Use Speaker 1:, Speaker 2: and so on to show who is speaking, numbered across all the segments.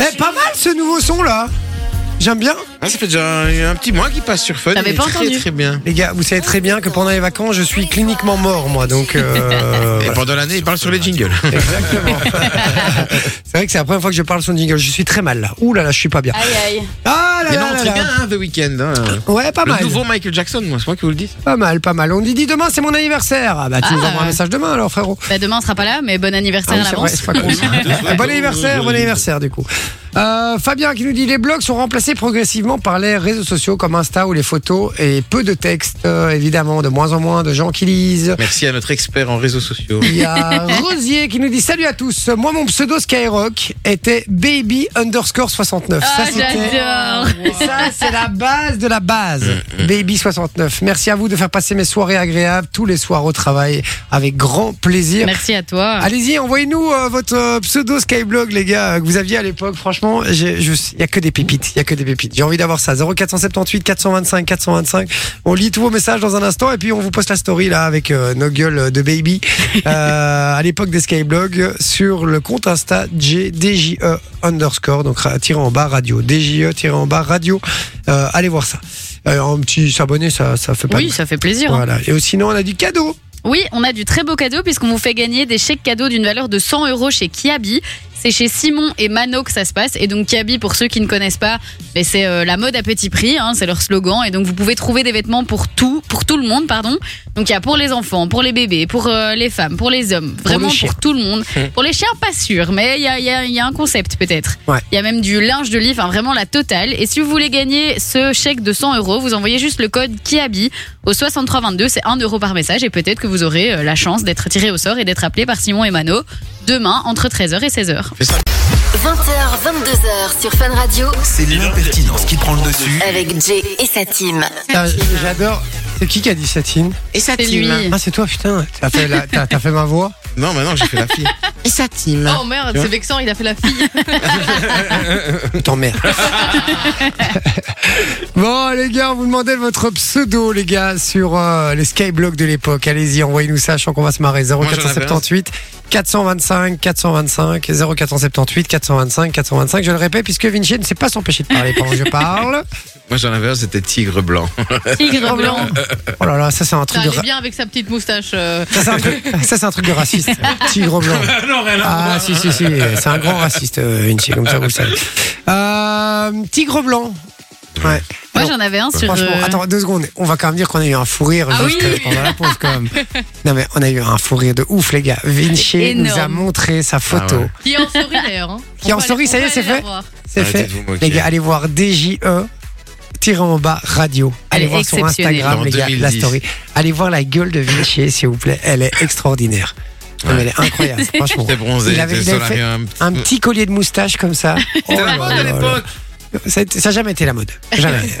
Speaker 1: Eh, pas mal ce nouveau son là. J'aime bien.
Speaker 2: Ah, ça fait déjà un, un petit mois qu'il passe sur Fun.
Speaker 3: T'avais
Speaker 2: il est
Speaker 3: pas
Speaker 2: très,
Speaker 3: entendu.
Speaker 2: très bien.
Speaker 1: Les gars, vous savez très bien que pendant les vacances, je suis cliniquement mort, moi. Donc, euh,
Speaker 2: Et
Speaker 1: voilà.
Speaker 2: pendant l'année, il parle sur les jingles.
Speaker 1: exactement. c'est vrai que c'est la première fois que je parle son jingle. Je suis très mal là. Ouh là là, je suis pas bien.
Speaker 3: Aïe aïe.
Speaker 1: Ah là
Speaker 2: Mais
Speaker 1: là
Speaker 2: non,
Speaker 1: là
Speaker 2: très
Speaker 1: là.
Speaker 2: bien, hein, The Weeknd. hein.
Speaker 1: Ouais, pas
Speaker 2: Le
Speaker 1: mal.
Speaker 2: nouveau Michael Jackson, moi, c'est moi qui vous le dis.
Speaker 1: Pas mal, pas mal. On dit, dit demain, c'est mon anniversaire. Ah bah, tu nous
Speaker 3: Ah.
Speaker 1: envoies un message demain alors, frérot.
Speaker 3: Bah, demain on sera pas là, mais bon
Speaker 1: Ah
Speaker 3: anniversaire
Speaker 1: oui,
Speaker 3: à
Speaker 1: c'est vrai,
Speaker 3: l'avance.
Speaker 1: c'est pas con, ça. bon anniversaire, bon anniversaire du coup. Euh, Fabien qui nous dit les blogs sont remplacés progressivement par les réseaux sociaux comme Insta ou les photos et peu de textes euh, évidemment, de moins en moins de gens qui lisent.
Speaker 2: Merci à notre expert en réseaux sociaux.
Speaker 1: Il y a Rosier qui nous dit salut à tous. Moi mon pseudo Skyrock était baby underscore 69.
Speaker 3: Ah,
Speaker 1: Ça, c'était-
Speaker 3: j'adore.
Speaker 1: ça, c'est la base de la base. Baby69. Merci à vous de faire passer mes soirées agréables tous les soirs au travail avec grand plaisir.
Speaker 3: Merci à toi.
Speaker 1: Ah. Allez-y, envoyez-nous euh, votre euh, pseudo Skyblog, les gars, euh, que vous aviez à l'époque. Franchement, j'ai- je- il y a que des pépites. Il y a que des pépites. J'ai envie d'avoir ça. 0478 425 425. On lit tous vos messages dans un instant et puis on vous poste la story là avec euh, nos gueules de baby euh, à l'époque des Skyblogs sur le compte Insta DJE E underscore, donc ra- tiré en bas radio. DJE tiré en bas radio. Euh, allez voir ça. Euh, un petit s'abonner, ça, ça fait pas
Speaker 3: Oui,
Speaker 1: de-
Speaker 3: ça fait plaisir. hein.
Speaker 1: Voilà. Et aussi, sinon, on a du cadeau.
Speaker 3: Oui, on a du très beau cadeau puisqu'on vous fait gagner des chèques cadeaux d'une valeur de 100 euros chez Kiabi. C'est chez Simon et Mano que ça se passe. Et donc Kiabi, pour ceux qui ne connaissent pas, mais c'est euh, la mode à petit prix, hein, c'est leur slogan. Et donc vous pouvez trouver des vêtements pour tout, pour tout le monde, pardon. Donc il y a pour les enfants, pour les bébés, pour euh, les femmes, pour les hommes, vraiment
Speaker 1: les chiens. Hum.
Speaker 3: pour tout le monde. Pour les chiens, pas sûr, mais il y a, il y a- il y a un concept peut-être. Il
Speaker 1: Ouais.
Speaker 3: y a même du linge de lit, enfin vraiment la totale. Et si vous voulez gagner ce chèque de 100 euros, vous envoyez juste le code Kiabi au 6322, c'est 1 euro par message et peut-être que vous aurez euh, la chance d'être tiré au sort et d'être appelé par Simon et Mano demain entre 13h et 16h.
Speaker 4: 20h, 22h sur Fun Radio
Speaker 5: C'est l'impertinence qui prend le dessus.
Speaker 4: avec Jay et sa team.
Speaker 1: Ah, J'adore. C'est qui qui a dit Satine
Speaker 6: Et sa
Speaker 3: C'est lui.
Speaker 6: team.
Speaker 1: Ah, c'est toi, putain. T'as fait, la- t'as- t'as fait ma voix
Speaker 2: Non, maintenant, j'ai fait la fille.
Speaker 6: Et sa team.
Speaker 3: Oh merde, c'est vexant, il a fait la fille.
Speaker 1: T'emmerdes. bon, les gars, on vous demandait votre pseudo, les gars, sur euh, les skyblogs de l'époque. Allez-y, envoyez-nous ça. Je sens qu'on va se marrer.
Speaker 2: j'en avais un.
Speaker 1: 0478 425 425 0478 425 425. Je le répète, puisque Vinci ne sait pas s'empêcher de parler pendant que je parle.
Speaker 2: Moi, j'en avais un, c'était Tigre Blanc.
Speaker 3: Tigre blanc.
Speaker 1: Oh là là, ça, c'est un truc de. ra-
Speaker 3: bien avec sa petite moustache. euh.
Speaker 1: Ça, c'est un truc, ça, c'est un truc de raciste. Tigre blanc.
Speaker 2: non, rien
Speaker 1: Ah, si, si, si, c'est un grand raciste, euh, Vinci, comme ça, vous le savez. Euh, tigre blanc. Ouais.
Speaker 3: Moi
Speaker 1: Non,
Speaker 3: j'en avais un sur.
Speaker 1: Franchement,
Speaker 3: euh,
Speaker 1: attends, deux secondes. On va quand même dire qu'on a eu un fou rire
Speaker 3: Ah
Speaker 1: juste
Speaker 3: oui.
Speaker 1: euh, pendant la pause, quand même. Non, mais on a eu un fou rire de ouf, les gars. Vinci
Speaker 3: Énorme.
Speaker 1: nous a montré sa photo.
Speaker 2: Ah ouais.
Speaker 3: Qui est en souris d'ailleurs. hein.
Speaker 1: Qui est en
Speaker 3: On peut
Speaker 1: souris,
Speaker 3: aller-
Speaker 1: ça y
Speaker 3: on
Speaker 1: est,
Speaker 3: peut
Speaker 1: c'est
Speaker 3: aller la
Speaker 1: fait
Speaker 3: voir.
Speaker 1: C'est
Speaker 2: Arrêtez
Speaker 1: fait.
Speaker 2: de vous moquer.
Speaker 1: Les gars, allez voir DJE. Tiré en bas, radio.
Speaker 3: Elle
Speaker 1: Allez
Speaker 3: est
Speaker 1: voir sur
Speaker 3: exceptionnelle.
Speaker 1: Instagram,
Speaker 2: En
Speaker 1: les gars, la
Speaker 2: 2010.
Speaker 1: story. Allez voir la gueule de Vinci, s'il vous plaît. Elle est extraordinaire. Non, mais elle est incroyable, franchement.
Speaker 2: C'était bronzé,
Speaker 1: Il avait,
Speaker 2: c'était
Speaker 1: il avait fait
Speaker 2: solarium.
Speaker 1: un petit collier de moustache comme ça. Oh
Speaker 2: C'était la
Speaker 1: là
Speaker 2: mode
Speaker 1: là
Speaker 2: à
Speaker 1: là.
Speaker 2: l'époque.
Speaker 1: Ça a été- ça n'a jamais été la mode. Jamais. Euh,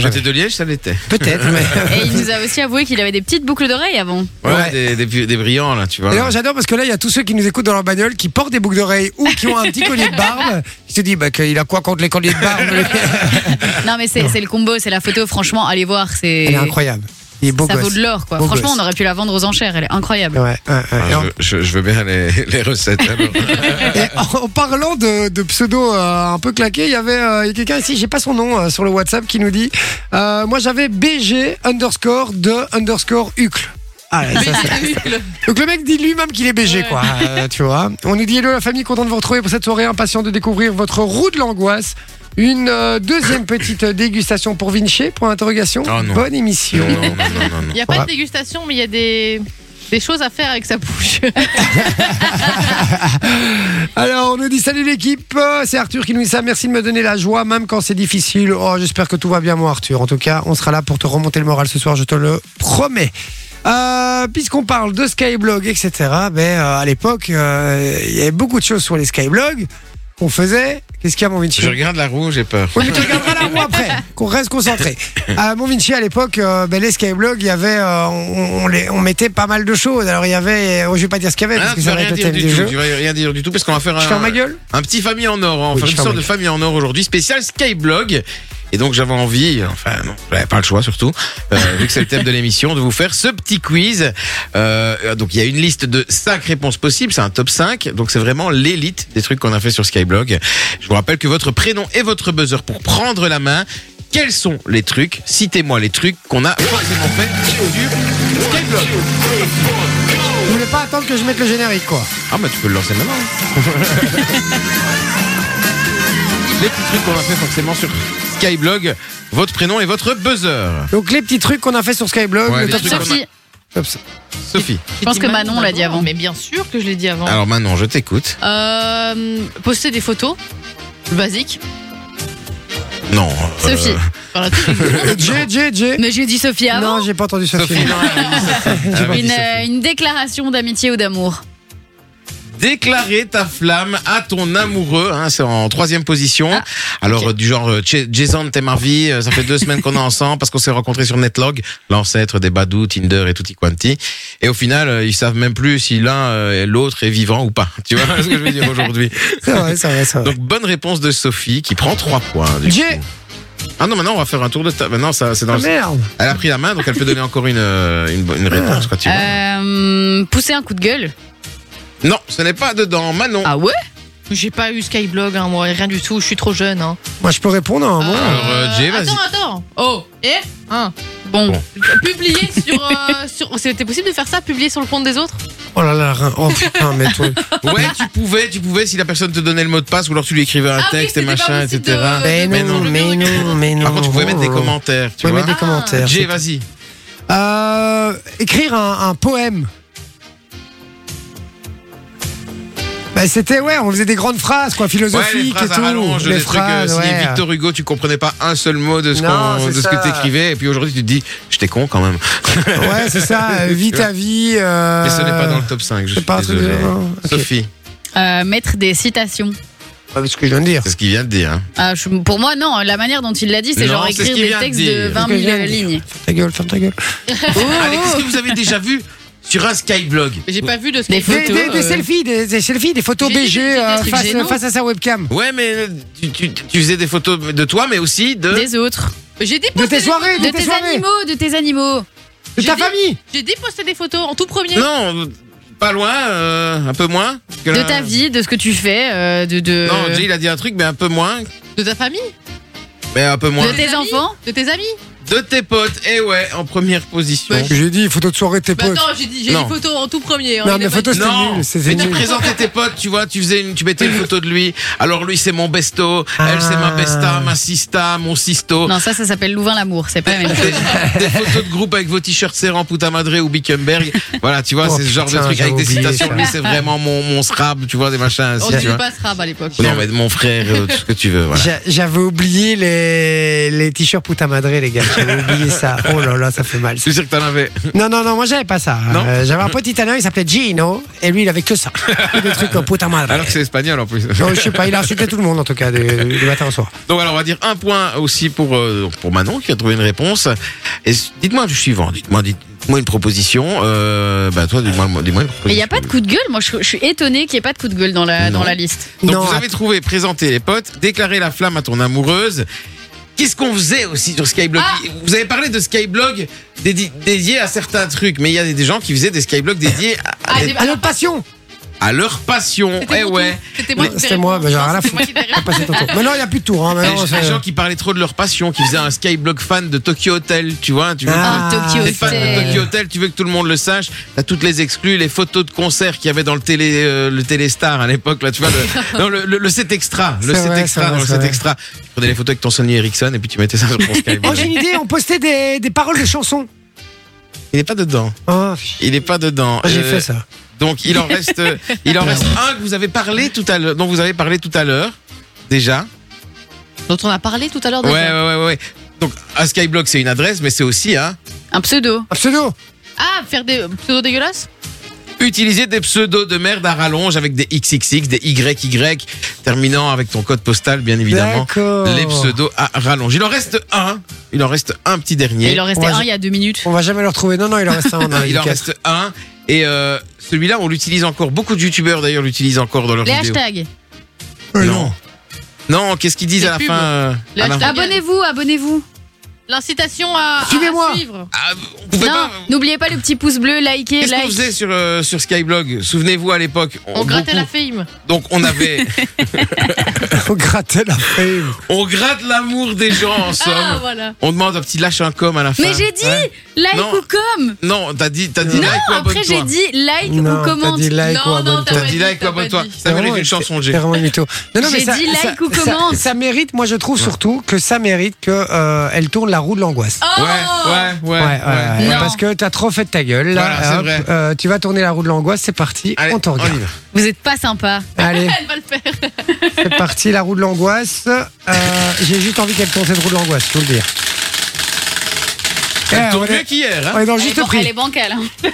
Speaker 1: jamais.
Speaker 2: j'étais de Liège, ça l'était.
Speaker 1: Peut-être, mais.
Speaker 3: Et il nous a aussi avoué qu'il avait des petites boucles d'oreilles avant.
Speaker 2: Ouais,
Speaker 1: Ouais.
Speaker 2: Des, des- des brillants, là, tu vois.
Speaker 1: D'ailleurs, j'adore parce que là, il y a tous ceux qui nous écoutent dans leur bagnole qui portent des boucles d'oreilles ou qui ont un petit collier de barbe. Qui se disent, bah, qu'il a quoi contre les colliers de barbe
Speaker 3: Non mais c'est c'est le combo, c'est la photo, franchement, allez voir, c'est.
Speaker 1: Elle est incroyable. Il est beau
Speaker 3: Ça
Speaker 1: gosse.
Speaker 3: vaut de l'or quoi.
Speaker 1: Beau
Speaker 3: franchement,
Speaker 1: gosse.
Speaker 3: on aurait pu la vendre aux enchères, elle est incroyable.
Speaker 1: Ouais, ouais, ouais.
Speaker 2: Ah,
Speaker 1: Et en-
Speaker 2: je, je- je veux bien les, les recettes. alors.
Speaker 1: Et en, en parlant de, de pseudo euh, un peu claqué, il y avait euh, il y a quelqu'un ici, j'ai pas son nom euh, sur le WhatsApp, qui nous dit euh, Moi j'avais BG underscore de underscore Hucle. Ah, ouais, ça, c'est- Donc le mec dit lui-même qu'il est BG, quoi. euh, tu vois. On nous dit Hello la famille, content de vous retrouver pour cette soirée, impatient de découvrir votre roue de l'angoisse. Une euh, deuxième petite dégustation pour Vinci, pour interrogation.
Speaker 2: Oh non.
Speaker 1: Bonne émission.
Speaker 2: non, non, non, non, non.
Speaker 7: Il n'y a pas
Speaker 1: Ouais.
Speaker 7: de dégustation, mais il y a des, des choses à faire avec sa bouche.
Speaker 1: Alors, on nous dit salut l'équipe. Euh, C'est Arthur qui nous dit ça. Merci de me donner la joie, même quand c'est difficile. Oh, j'espère que tout va bien, moi, Arthur. En tout cas, on sera là pour te remonter le moral ce soir, je te le promets. Euh, Puisqu'on parle de Skyblog, etc., ben, euh, à l'époque, euh, il y avait beaucoup de choses sur les Skyblogs qu'on faisait. Qu'est-ce qu'il y a, mon Vinci
Speaker 2: Je regarde la roue, j'ai peur.
Speaker 1: oui, mais tu regarderas la roue après, qu'on reste concentré. À Mon Vinci, à l'époque, euh, ben, les Skyblog, il y avait, euh, on, on les, on mettait pas mal de choses. Alors, il y avait, oh, je vais pas dire ce qu'il y avait,
Speaker 2: Ah,
Speaker 1: parce que
Speaker 2: tu
Speaker 1: ça
Speaker 2: vas
Speaker 1: va être
Speaker 2: rien
Speaker 1: le
Speaker 2: dire
Speaker 1: thème
Speaker 2: du
Speaker 1: du
Speaker 2: tout,
Speaker 1: jeu.
Speaker 2: tu vas rien dire du tout parce qu'on va faire
Speaker 1: Je ferme
Speaker 2: un,
Speaker 1: ma gueule
Speaker 2: un petit famille en or, hein. on va
Speaker 1: Oui,
Speaker 2: faire
Speaker 1: je
Speaker 2: une
Speaker 1: ferme
Speaker 2: sorte
Speaker 1: ma
Speaker 2: de famille en or aujourd'hui spécial Skyblog. Et donc j'avais envie, enfin non, j'avais pas le choix surtout, euh, vu que c'est le thème de l'émission, de vous faire ce petit quiz. Euh, donc il y a une liste de 5 réponses possibles, c'est un top 5, donc c'est vraiment l'élite des trucs qu'on a fait sur Skyblog. Je vous rappelle que votre prénom et votre buzzer pour prendre la main, quels sont les trucs Citez-moi les trucs qu'on a forcément fait sur Skyblog.
Speaker 1: Vous voulez pas attendre que je mette le générique, quoi.
Speaker 2: Ah bah tu peux le lancer maintenant. hein. Les petits trucs qu'on a fait forcément sur Skyblog, votre prénom et votre buzzer.
Speaker 1: Donc, les petits trucs qu'on a fait sur Skyblog,
Speaker 2: Ouais,
Speaker 1: le
Speaker 2: les
Speaker 1: top
Speaker 2: trucs
Speaker 1: cinq.
Speaker 2: qu'on
Speaker 3: Sophie,
Speaker 1: Top cinq.
Speaker 2: Sophie.
Speaker 3: je pense que Manon l'a dit avant.
Speaker 7: Mais bien sûr que je l'ai dit avant.
Speaker 2: Alors Manon, je t'écoute.
Speaker 7: Euh, poster des photos, le basique.
Speaker 1: Oh
Speaker 2: Non. euh,
Speaker 3: Sophie.
Speaker 7: Voilà, tout.
Speaker 1: Jay, Jay, Jay.
Speaker 3: Mais j'ai dit Sophie avant.
Speaker 1: Non, j'ai pas entendu Sophie.
Speaker 2: Sophie, non, elle a dit Sophie. Elle avait dit
Speaker 3: une, euh,
Speaker 2: Sophie.
Speaker 3: une déclaration d'amitié ou d'amour.
Speaker 2: Déclarer ta flamme à ton amoureux, hein, c'est en troisième position. Alors euh, du genre euh, Ch- Jason, t'es ma vie, euh, ça fait deux semaines qu'on est ensemble parce qu'on s'est rencontrés sur Netlog, l'ancêtre des Badou, Tinder et tutti quanti. Et au final, euh, ils savent même plus si l'un euh, et l'autre est vivant ou pas. Tu vois ce que je veux dire aujourd'hui
Speaker 1: C'est vrai, c'est vrai, c'est vrai.
Speaker 2: Donc bonne réponse de Sophie qui prend trois points. du
Speaker 1: Jay.
Speaker 2: coup. Ah non, maintenant on va faire un tour de table. Maintenant, ça, c'est dans
Speaker 1: Ah,
Speaker 2: le-
Speaker 1: merde.
Speaker 2: Elle a pris la main, donc elle peut donner encore une, euh, une, bo- une réponse. Quoi, tu vois.
Speaker 1: Ah.
Speaker 3: Euh, pousser un coup de gueule.
Speaker 2: Non, ce n'est pas dedans. Manon.
Speaker 3: Ah ouais
Speaker 7: J'ai pas eu Skyblog, hein, moi, rien du tout, je suis trop jeune. Hein.
Speaker 1: Moi, je peux répondre, hein, moi.
Speaker 2: Alors, euh, Jay, vas-y.
Speaker 7: Attends, attends. Oh, et un.
Speaker 3: Bon.
Speaker 2: Bon.
Speaker 7: Publier sur. euh, sur- C'était possible de faire ça Publier sur le compte des autres
Speaker 2: Ah.
Speaker 1: Oh là là, rein. oh putain, mais toi.
Speaker 2: Ouais, tu pouvais, tu pouvais si la personne te donnait le mot de passe ou alors tu lui écrivais un
Speaker 7: Ah oui,
Speaker 2: texte et
Speaker 7: c'était pas
Speaker 2: machin,
Speaker 7: possible
Speaker 2: etc.
Speaker 7: de-
Speaker 1: Mais
Speaker 2: Ah, Mais
Speaker 1: non,
Speaker 2: non.
Speaker 1: mais non, mais non.
Speaker 2: Par contre, tu pouvais mettre des commentaires,
Speaker 1: Tu
Speaker 2: tu
Speaker 1: pouvais
Speaker 2: vois.
Speaker 1: mettre Oh. des commentaires.
Speaker 2: Jay, vas-y.
Speaker 1: Euh, écrire un, un poème. Bah, c'était ouais, on faisait des grandes phrases quoi,
Speaker 2: Ouais,
Speaker 1: philosophiques
Speaker 2: les phrases
Speaker 1: et
Speaker 2: à
Speaker 1: tout.
Speaker 2: rallonge,
Speaker 1: Les
Speaker 2: des trucs. euh,
Speaker 1: phrases,
Speaker 2: signé
Speaker 1: ouais.
Speaker 2: Victor Hugo, tu comprenais pas un seul mot de ce,
Speaker 1: Non,
Speaker 2: qu'on-
Speaker 1: c'est
Speaker 2: de ce
Speaker 1: ça.
Speaker 2: que t'écrivais. Et puis aujourd'hui, tu te dis, j'étais con quand même.
Speaker 1: Ouais, c'est ça. euh, Vie ta vie. euh,
Speaker 2: Mais ce n'est pas dans le top 5. Je
Speaker 1: c'est
Speaker 2: suis
Speaker 1: pas un truc de-
Speaker 2: désolé.
Speaker 1: non, ok.
Speaker 2: Sophie,
Speaker 3: Euh, mettre des citations.
Speaker 1: Ouais, ce que je viens de dire.
Speaker 2: c'est ce qu'il vient de dire. hein.
Speaker 3: Ah, je- pour moi, non. La manière dont il l'a dit, c'est
Speaker 2: Non,
Speaker 3: genre
Speaker 2: c'est ce
Speaker 3: écrire
Speaker 2: qu'il
Speaker 3: des
Speaker 2: vient de
Speaker 3: textes
Speaker 2: dire.
Speaker 3: de 20
Speaker 1: C'est ce que je
Speaker 3: 000
Speaker 1: viens de dire.
Speaker 3: lignes.
Speaker 1: Ferme ta gueule, ferme ta gueule.
Speaker 2: Allez, qu'est-ce que vous avez déjà vu sur un Skyblog
Speaker 7: Oh. Mais J'ai pas vu de
Speaker 1: Des,
Speaker 3: Des
Speaker 7: Skyblog.
Speaker 1: des-
Speaker 7: euh,
Speaker 1: des selfies, des, des selfies, des photos
Speaker 7: J'ai dit
Speaker 1: BG
Speaker 7: des- des
Speaker 1: euh,
Speaker 7: trucs
Speaker 1: face,
Speaker 7: gênants.
Speaker 1: face à sa webcam.
Speaker 2: Ouais, mais euh, tu, tu- tu faisais des photos de toi, mais aussi de.
Speaker 3: Des autres.
Speaker 7: J'ai dit
Speaker 1: De
Speaker 7: poster
Speaker 1: tes
Speaker 7: des
Speaker 1: soirées,
Speaker 7: photos.
Speaker 1: de,
Speaker 3: De
Speaker 1: tes
Speaker 3: tes
Speaker 1: soirées,
Speaker 3: animaux, de tes animaux.
Speaker 1: de ta
Speaker 7: J'ai dit-
Speaker 1: famille.
Speaker 7: J'ai dit poster des photos en tout premier.
Speaker 2: Non, pas loin, euh, un peu moins. que
Speaker 3: De
Speaker 2: la-
Speaker 3: ta vie, de ce que tu fais, euh, de, de,
Speaker 2: Non, Jay, il a dit un truc, mais un peu moins.
Speaker 7: De ta famille
Speaker 2: Mais un peu moins.
Speaker 3: de tes
Speaker 7: Des amis
Speaker 3: enfants.
Speaker 7: De tes amis
Speaker 2: De tes potes, eh ouais, en première position.
Speaker 7: Bah,
Speaker 1: J'ai dit photos de soirée de tes
Speaker 7: Bah
Speaker 1: potes.
Speaker 7: attends, j'ai dit j'ai
Speaker 2: Non.
Speaker 7: des photos en tout premier. hein,
Speaker 1: Non,
Speaker 7: il
Speaker 1: mais
Speaker 7: a pas
Speaker 1: photos,
Speaker 7: dit-
Speaker 1: c'était
Speaker 2: non,
Speaker 1: nul, c'était
Speaker 2: mais tu
Speaker 1: nul.
Speaker 2: présentais tes potes, tu vois, tu faisais une, tu mettais une photo de lui. Alors lui, c'est mon besto, elle, c'est ma
Speaker 1: Ah.
Speaker 2: besta, ma sista, mon sisto.
Speaker 3: Non, ça, ça s'appelle Louvain l'amour. C'est pas la même chose.
Speaker 2: Des, des photos de groupe avec vos t-shirts serrants Poutamadré ou Bickenberg. Voilà, tu vois,
Speaker 1: Oh,
Speaker 2: c'est ce genre de
Speaker 1: putain,
Speaker 2: truc avec
Speaker 1: j'avais
Speaker 2: des
Speaker 1: oublié
Speaker 2: citations.
Speaker 1: ça.
Speaker 2: Lui, c'est vraiment mon, mon scrab, tu vois, des machins
Speaker 7: On
Speaker 2: ainsi, tu
Speaker 7: disait
Speaker 2: vois.
Speaker 7: pas Srab à l'époque.
Speaker 2: Non, mais de mon frère, euh, tout ce que tu veux, voilà.
Speaker 1: J'a- J'avais oublié les, les t-shirts Poutamadré, les gars. J'avais oublié ça. Oh là là, ça fait mal.
Speaker 2: Je
Speaker 1: ça.
Speaker 2: suis sûr que t'en avais.
Speaker 1: Non, non, non, moi j'avais pas ça.
Speaker 2: Non
Speaker 1: Euh, j'avais un pote italien, il s'appelait Gino, et lui il avait que ça. Que des trucs comme Poutamadré.
Speaker 2: Alors que c'est espagnol en plus.
Speaker 1: Non, je sais pas, il a insulté tout le monde en tout cas, du, du matin au soir.
Speaker 2: Donc alors on va dire un point aussi pour euh, pour Manon qui a trouvé une réponse. Et s- dites-moi du suivant, dites-moi dites-moi une proposition. Euh, bah toi dis-moi dis-moi une proposition.
Speaker 3: Mais il n'y a pas de coup de gueule. Moi, je, je suis étonnée qu'il n'y ait pas de coup de gueule dans la,
Speaker 2: Non.
Speaker 3: dans la liste.
Speaker 2: Donc
Speaker 1: non, ah,
Speaker 2: vous avez trouvé présenter les potes, déclarer la flamme à ton amoureuse. Qu'est-ce qu'on faisait aussi sur Skyblog
Speaker 3: Ah
Speaker 2: Vous avez parlé de Skyblog dédi- dédié à certains trucs, mais il y a des gens qui faisaient des Skyblog dédiés à, à-
Speaker 7: Ah, des-
Speaker 1: à notre passion
Speaker 2: à leur passion.
Speaker 7: C'était
Speaker 2: Eh
Speaker 7: mon
Speaker 2: ouais.
Speaker 7: tour. C'était moi
Speaker 1: Non,
Speaker 7: qui devais
Speaker 1: c'était moi,
Speaker 7: répondre.
Speaker 1: mais j'en ai rien à
Speaker 7: C'était moi
Speaker 1: foutre.
Speaker 7: qui devais répondre.
Speaker 1: Passer ton tour. Maintenant il n'y a plus de tour. Hein.
Speaker 2: Il y a
Speaker 1: Maintenant,
Speaker 2: des
Speaker 1: c'est-
Speaker 2: Eh, gens qui parlaient trop de leur passion, qui faisaient un Skyblog fan de Tokyo Hotel, tu vois, tu vois.
Speaker 1: Ah,
Speaker 3: Un Tokyo
Speaker 2: T'es fan de
Speaker 3: Hotel.
Speaker 2: Tokyo Hotel, tu veux que tout le monde le sache. T'as toutes les exclus, les photos de concerts qu'il y avait dans le télé, euh, le Téléstar à l'époque, là, tu vois. Le, non, le, le, le set extra, le
Speaker 1: C'est
Speaker 2: set
Speaker 1: vrai,
Speaker 2: extra,
Speaker 1: c'est vrai,
Speaker 2: dans le
Speaker 1: c'est
Speaker 2: set
Speaker 1: vrai.
Speaker 2: extra. Tu prenais les photos avec ton Sony Ericsson et puis tu mettais ça sur ton
Speaker 1: Oh, j'ai
Speaker 2: Skyblog.
Speaker 1: une idée, on postait des, des paroles de chansons.
Speaker 2: Il est pas dedans.
Speaker 1: Oh, pff,
Speaker 2: Il est pas dedans.
Speaker 1: Ah, j'ai
Speaker 2: Ah, Euh,
Speaker 1: fait ça.
Speaker 2: Donc il en reste, euh, il en reste un que vous avez parlé tout à l'heure, dont vous avez parlé tout à l'heure déjà.
Speaker 7: Dont on a parlé tout à
Speaker 1: Oh,
Speaker 7: l'heure.
Speaker 2: Ouais,
Speaker 7: déjà.
Speaker 2: ouais, ouais, ouais. Donc un Skyblog c'est une adresse, mais c'est aussi hein, un
Speaker 3: Un pseudo.
Speaker 1: Un pseudo.
Speaker 7: Ah, faire des pseudos dégueulasses
Speaker 2: Utiliser des pseudos de merde à rallonge avec des XXX, des YY, terminant avec ton code postal, bien évidemment.
Speaker 1: D'accord.
Speaker 2: Les pseudos à rallonge. Il en reste un. Il en reste un petit dernier.
Speaker 3: Il en restait
Speaker 1: Ouais,
Speaker 3: un
Speaker 1: je-
Speaker 3: il y a deux minutes.
Speaker 1: On va jamais le retrouver. Non, non, il en reste un. on en a
Speaker 2: Il en
Speaker 1: quatre.
Speaker 2: reste un. Et euh,
Speaker 1: Oh,
Speaker 2: celui-là, on l'utilise encore. Beaucoup de youtubeurs d'ailleurs l'utilisent encore dans leurs
Speaker 3: Les
Speaker 2: vidéos.
Speaker 3: hashtags.
Speaker 1: Euh,
Speaker 2: Non. Non, qu'est-ce qu'ils disent
Speaker 7: Les
Speaker 2: à la
Speaker 7: pubs.
Speaker 2: fin euh,
Speaker 7: Les
Speaker 2: à la-
Speaker 7: hashtags.
Speaker 3: Abonnez-vous, abonnez-vous.
Speaker 7: L'incitation à, à-
Speaker 1: Suivez-moi.
Speaker 7: à suivre.
Speaker 2: Ah, on pouvait
Speaker 3: Non,
Speaker 2: pas-
Speaker 3: n'oubliez pas le petit pouce bleu, likez,
Speaker 2: Qu'est-ce qu'on
Speaker 3: like.
Speaker 2: faisait sur, euh, sur Skyblog Souvenez-vous à l'époque.
Speaker 7: On grattait
Speaker 2: beaucoup-
Speaker 7: la fame.
Speaker 2: Donc on avait.
Speaker 1: Faut gratter la fame.
Speaker 2: on gratte l'amour des gens en somme.
Speaker 7: Ah, voilà.
Speaker 2: On demande un petit lâche un com à la fin.
Speaker 3: Mais j'ai dit
Speaker 2: Ouais.
Speaker 3: like
Speaker 2: Non.
Speaker 3: ou com.
Speaker 2: Non, t'as dit, t'as dit
Speaker 1: Non,
Speaker 2: like ou
Speaker 3: Après
Speaker 2: abonne-toi.
Speaker 3: j'ai dit like
Speaker 1: Non, t'as
Speaker 3: ou commente.
Speaker 1: dit like ou
Speaker 7: non, non,
Speaker 1: abonne-toi.
Speaker 7: t'as
Speaker 2: T'as
Speaker 7: pas
Speaker 2: dit
Speaker 7: dit,
Speaker 2: like ou
Speaker 7: t'as pas
Speaker 2: abonne-toi.
Speaker 7: dit.
Speaker 2: Ça mérite
Speaker 1: Vraiment,
Speaker 2: une chanson,
Speaker 1: C'est
Speaker 2: j'ai.
Speaker 1: vraiment mytho. Non, non,
Speaker 3: J'ai dit like ou commente.
Speaker 1: Ça, ça mérite, moi je trouve surtout que ça mérite que euh, elle tourne la roue de l'angoisse.
Speaker 2: Ouais,
Speaker 3: Oh
Speaker 2: ouais, ouais.
Speaker 1: Ouais, ouais, ouais,
Speaker 3: Non.
Speaker 1: parce que t'as trop fait de ta gueule. Là,
Speaker 2: Voilà, c'est
Speaker 1: hop,
Speaker 2: vrai.
Speaker 1: euh, tu vas tourner la roue de l'angoisse, c'est parti,
Speaker 2: Allez,
Speaker 1: on t'en
Speaker 2: on y
Speaker 1: regarde.
Speaker 2: va.
Speaker 3: Vous êtes pas sympa.
Speaker 1: Allez,
Speaker 7: Elle va le faire.
Speaker 1: c'est parti, la roue de l'angoisse. Euh, J'ai juste envie qu'elle tourne cette roue de l'angoisse, je vous le dire.
Speaker 2: Elle
Speaker 1: Eh,
Speaker 2: tourne
Speaker 1: on est-
Speaker 2: mieux qu'hier, hein.
Speaker 1: on est dans le
Speaker 3: Elle est
Speaker 1: juste
Speaker 3: ban-
Speaker 1: prix.
Speaker 3: Elle est bancale. hein. Oh,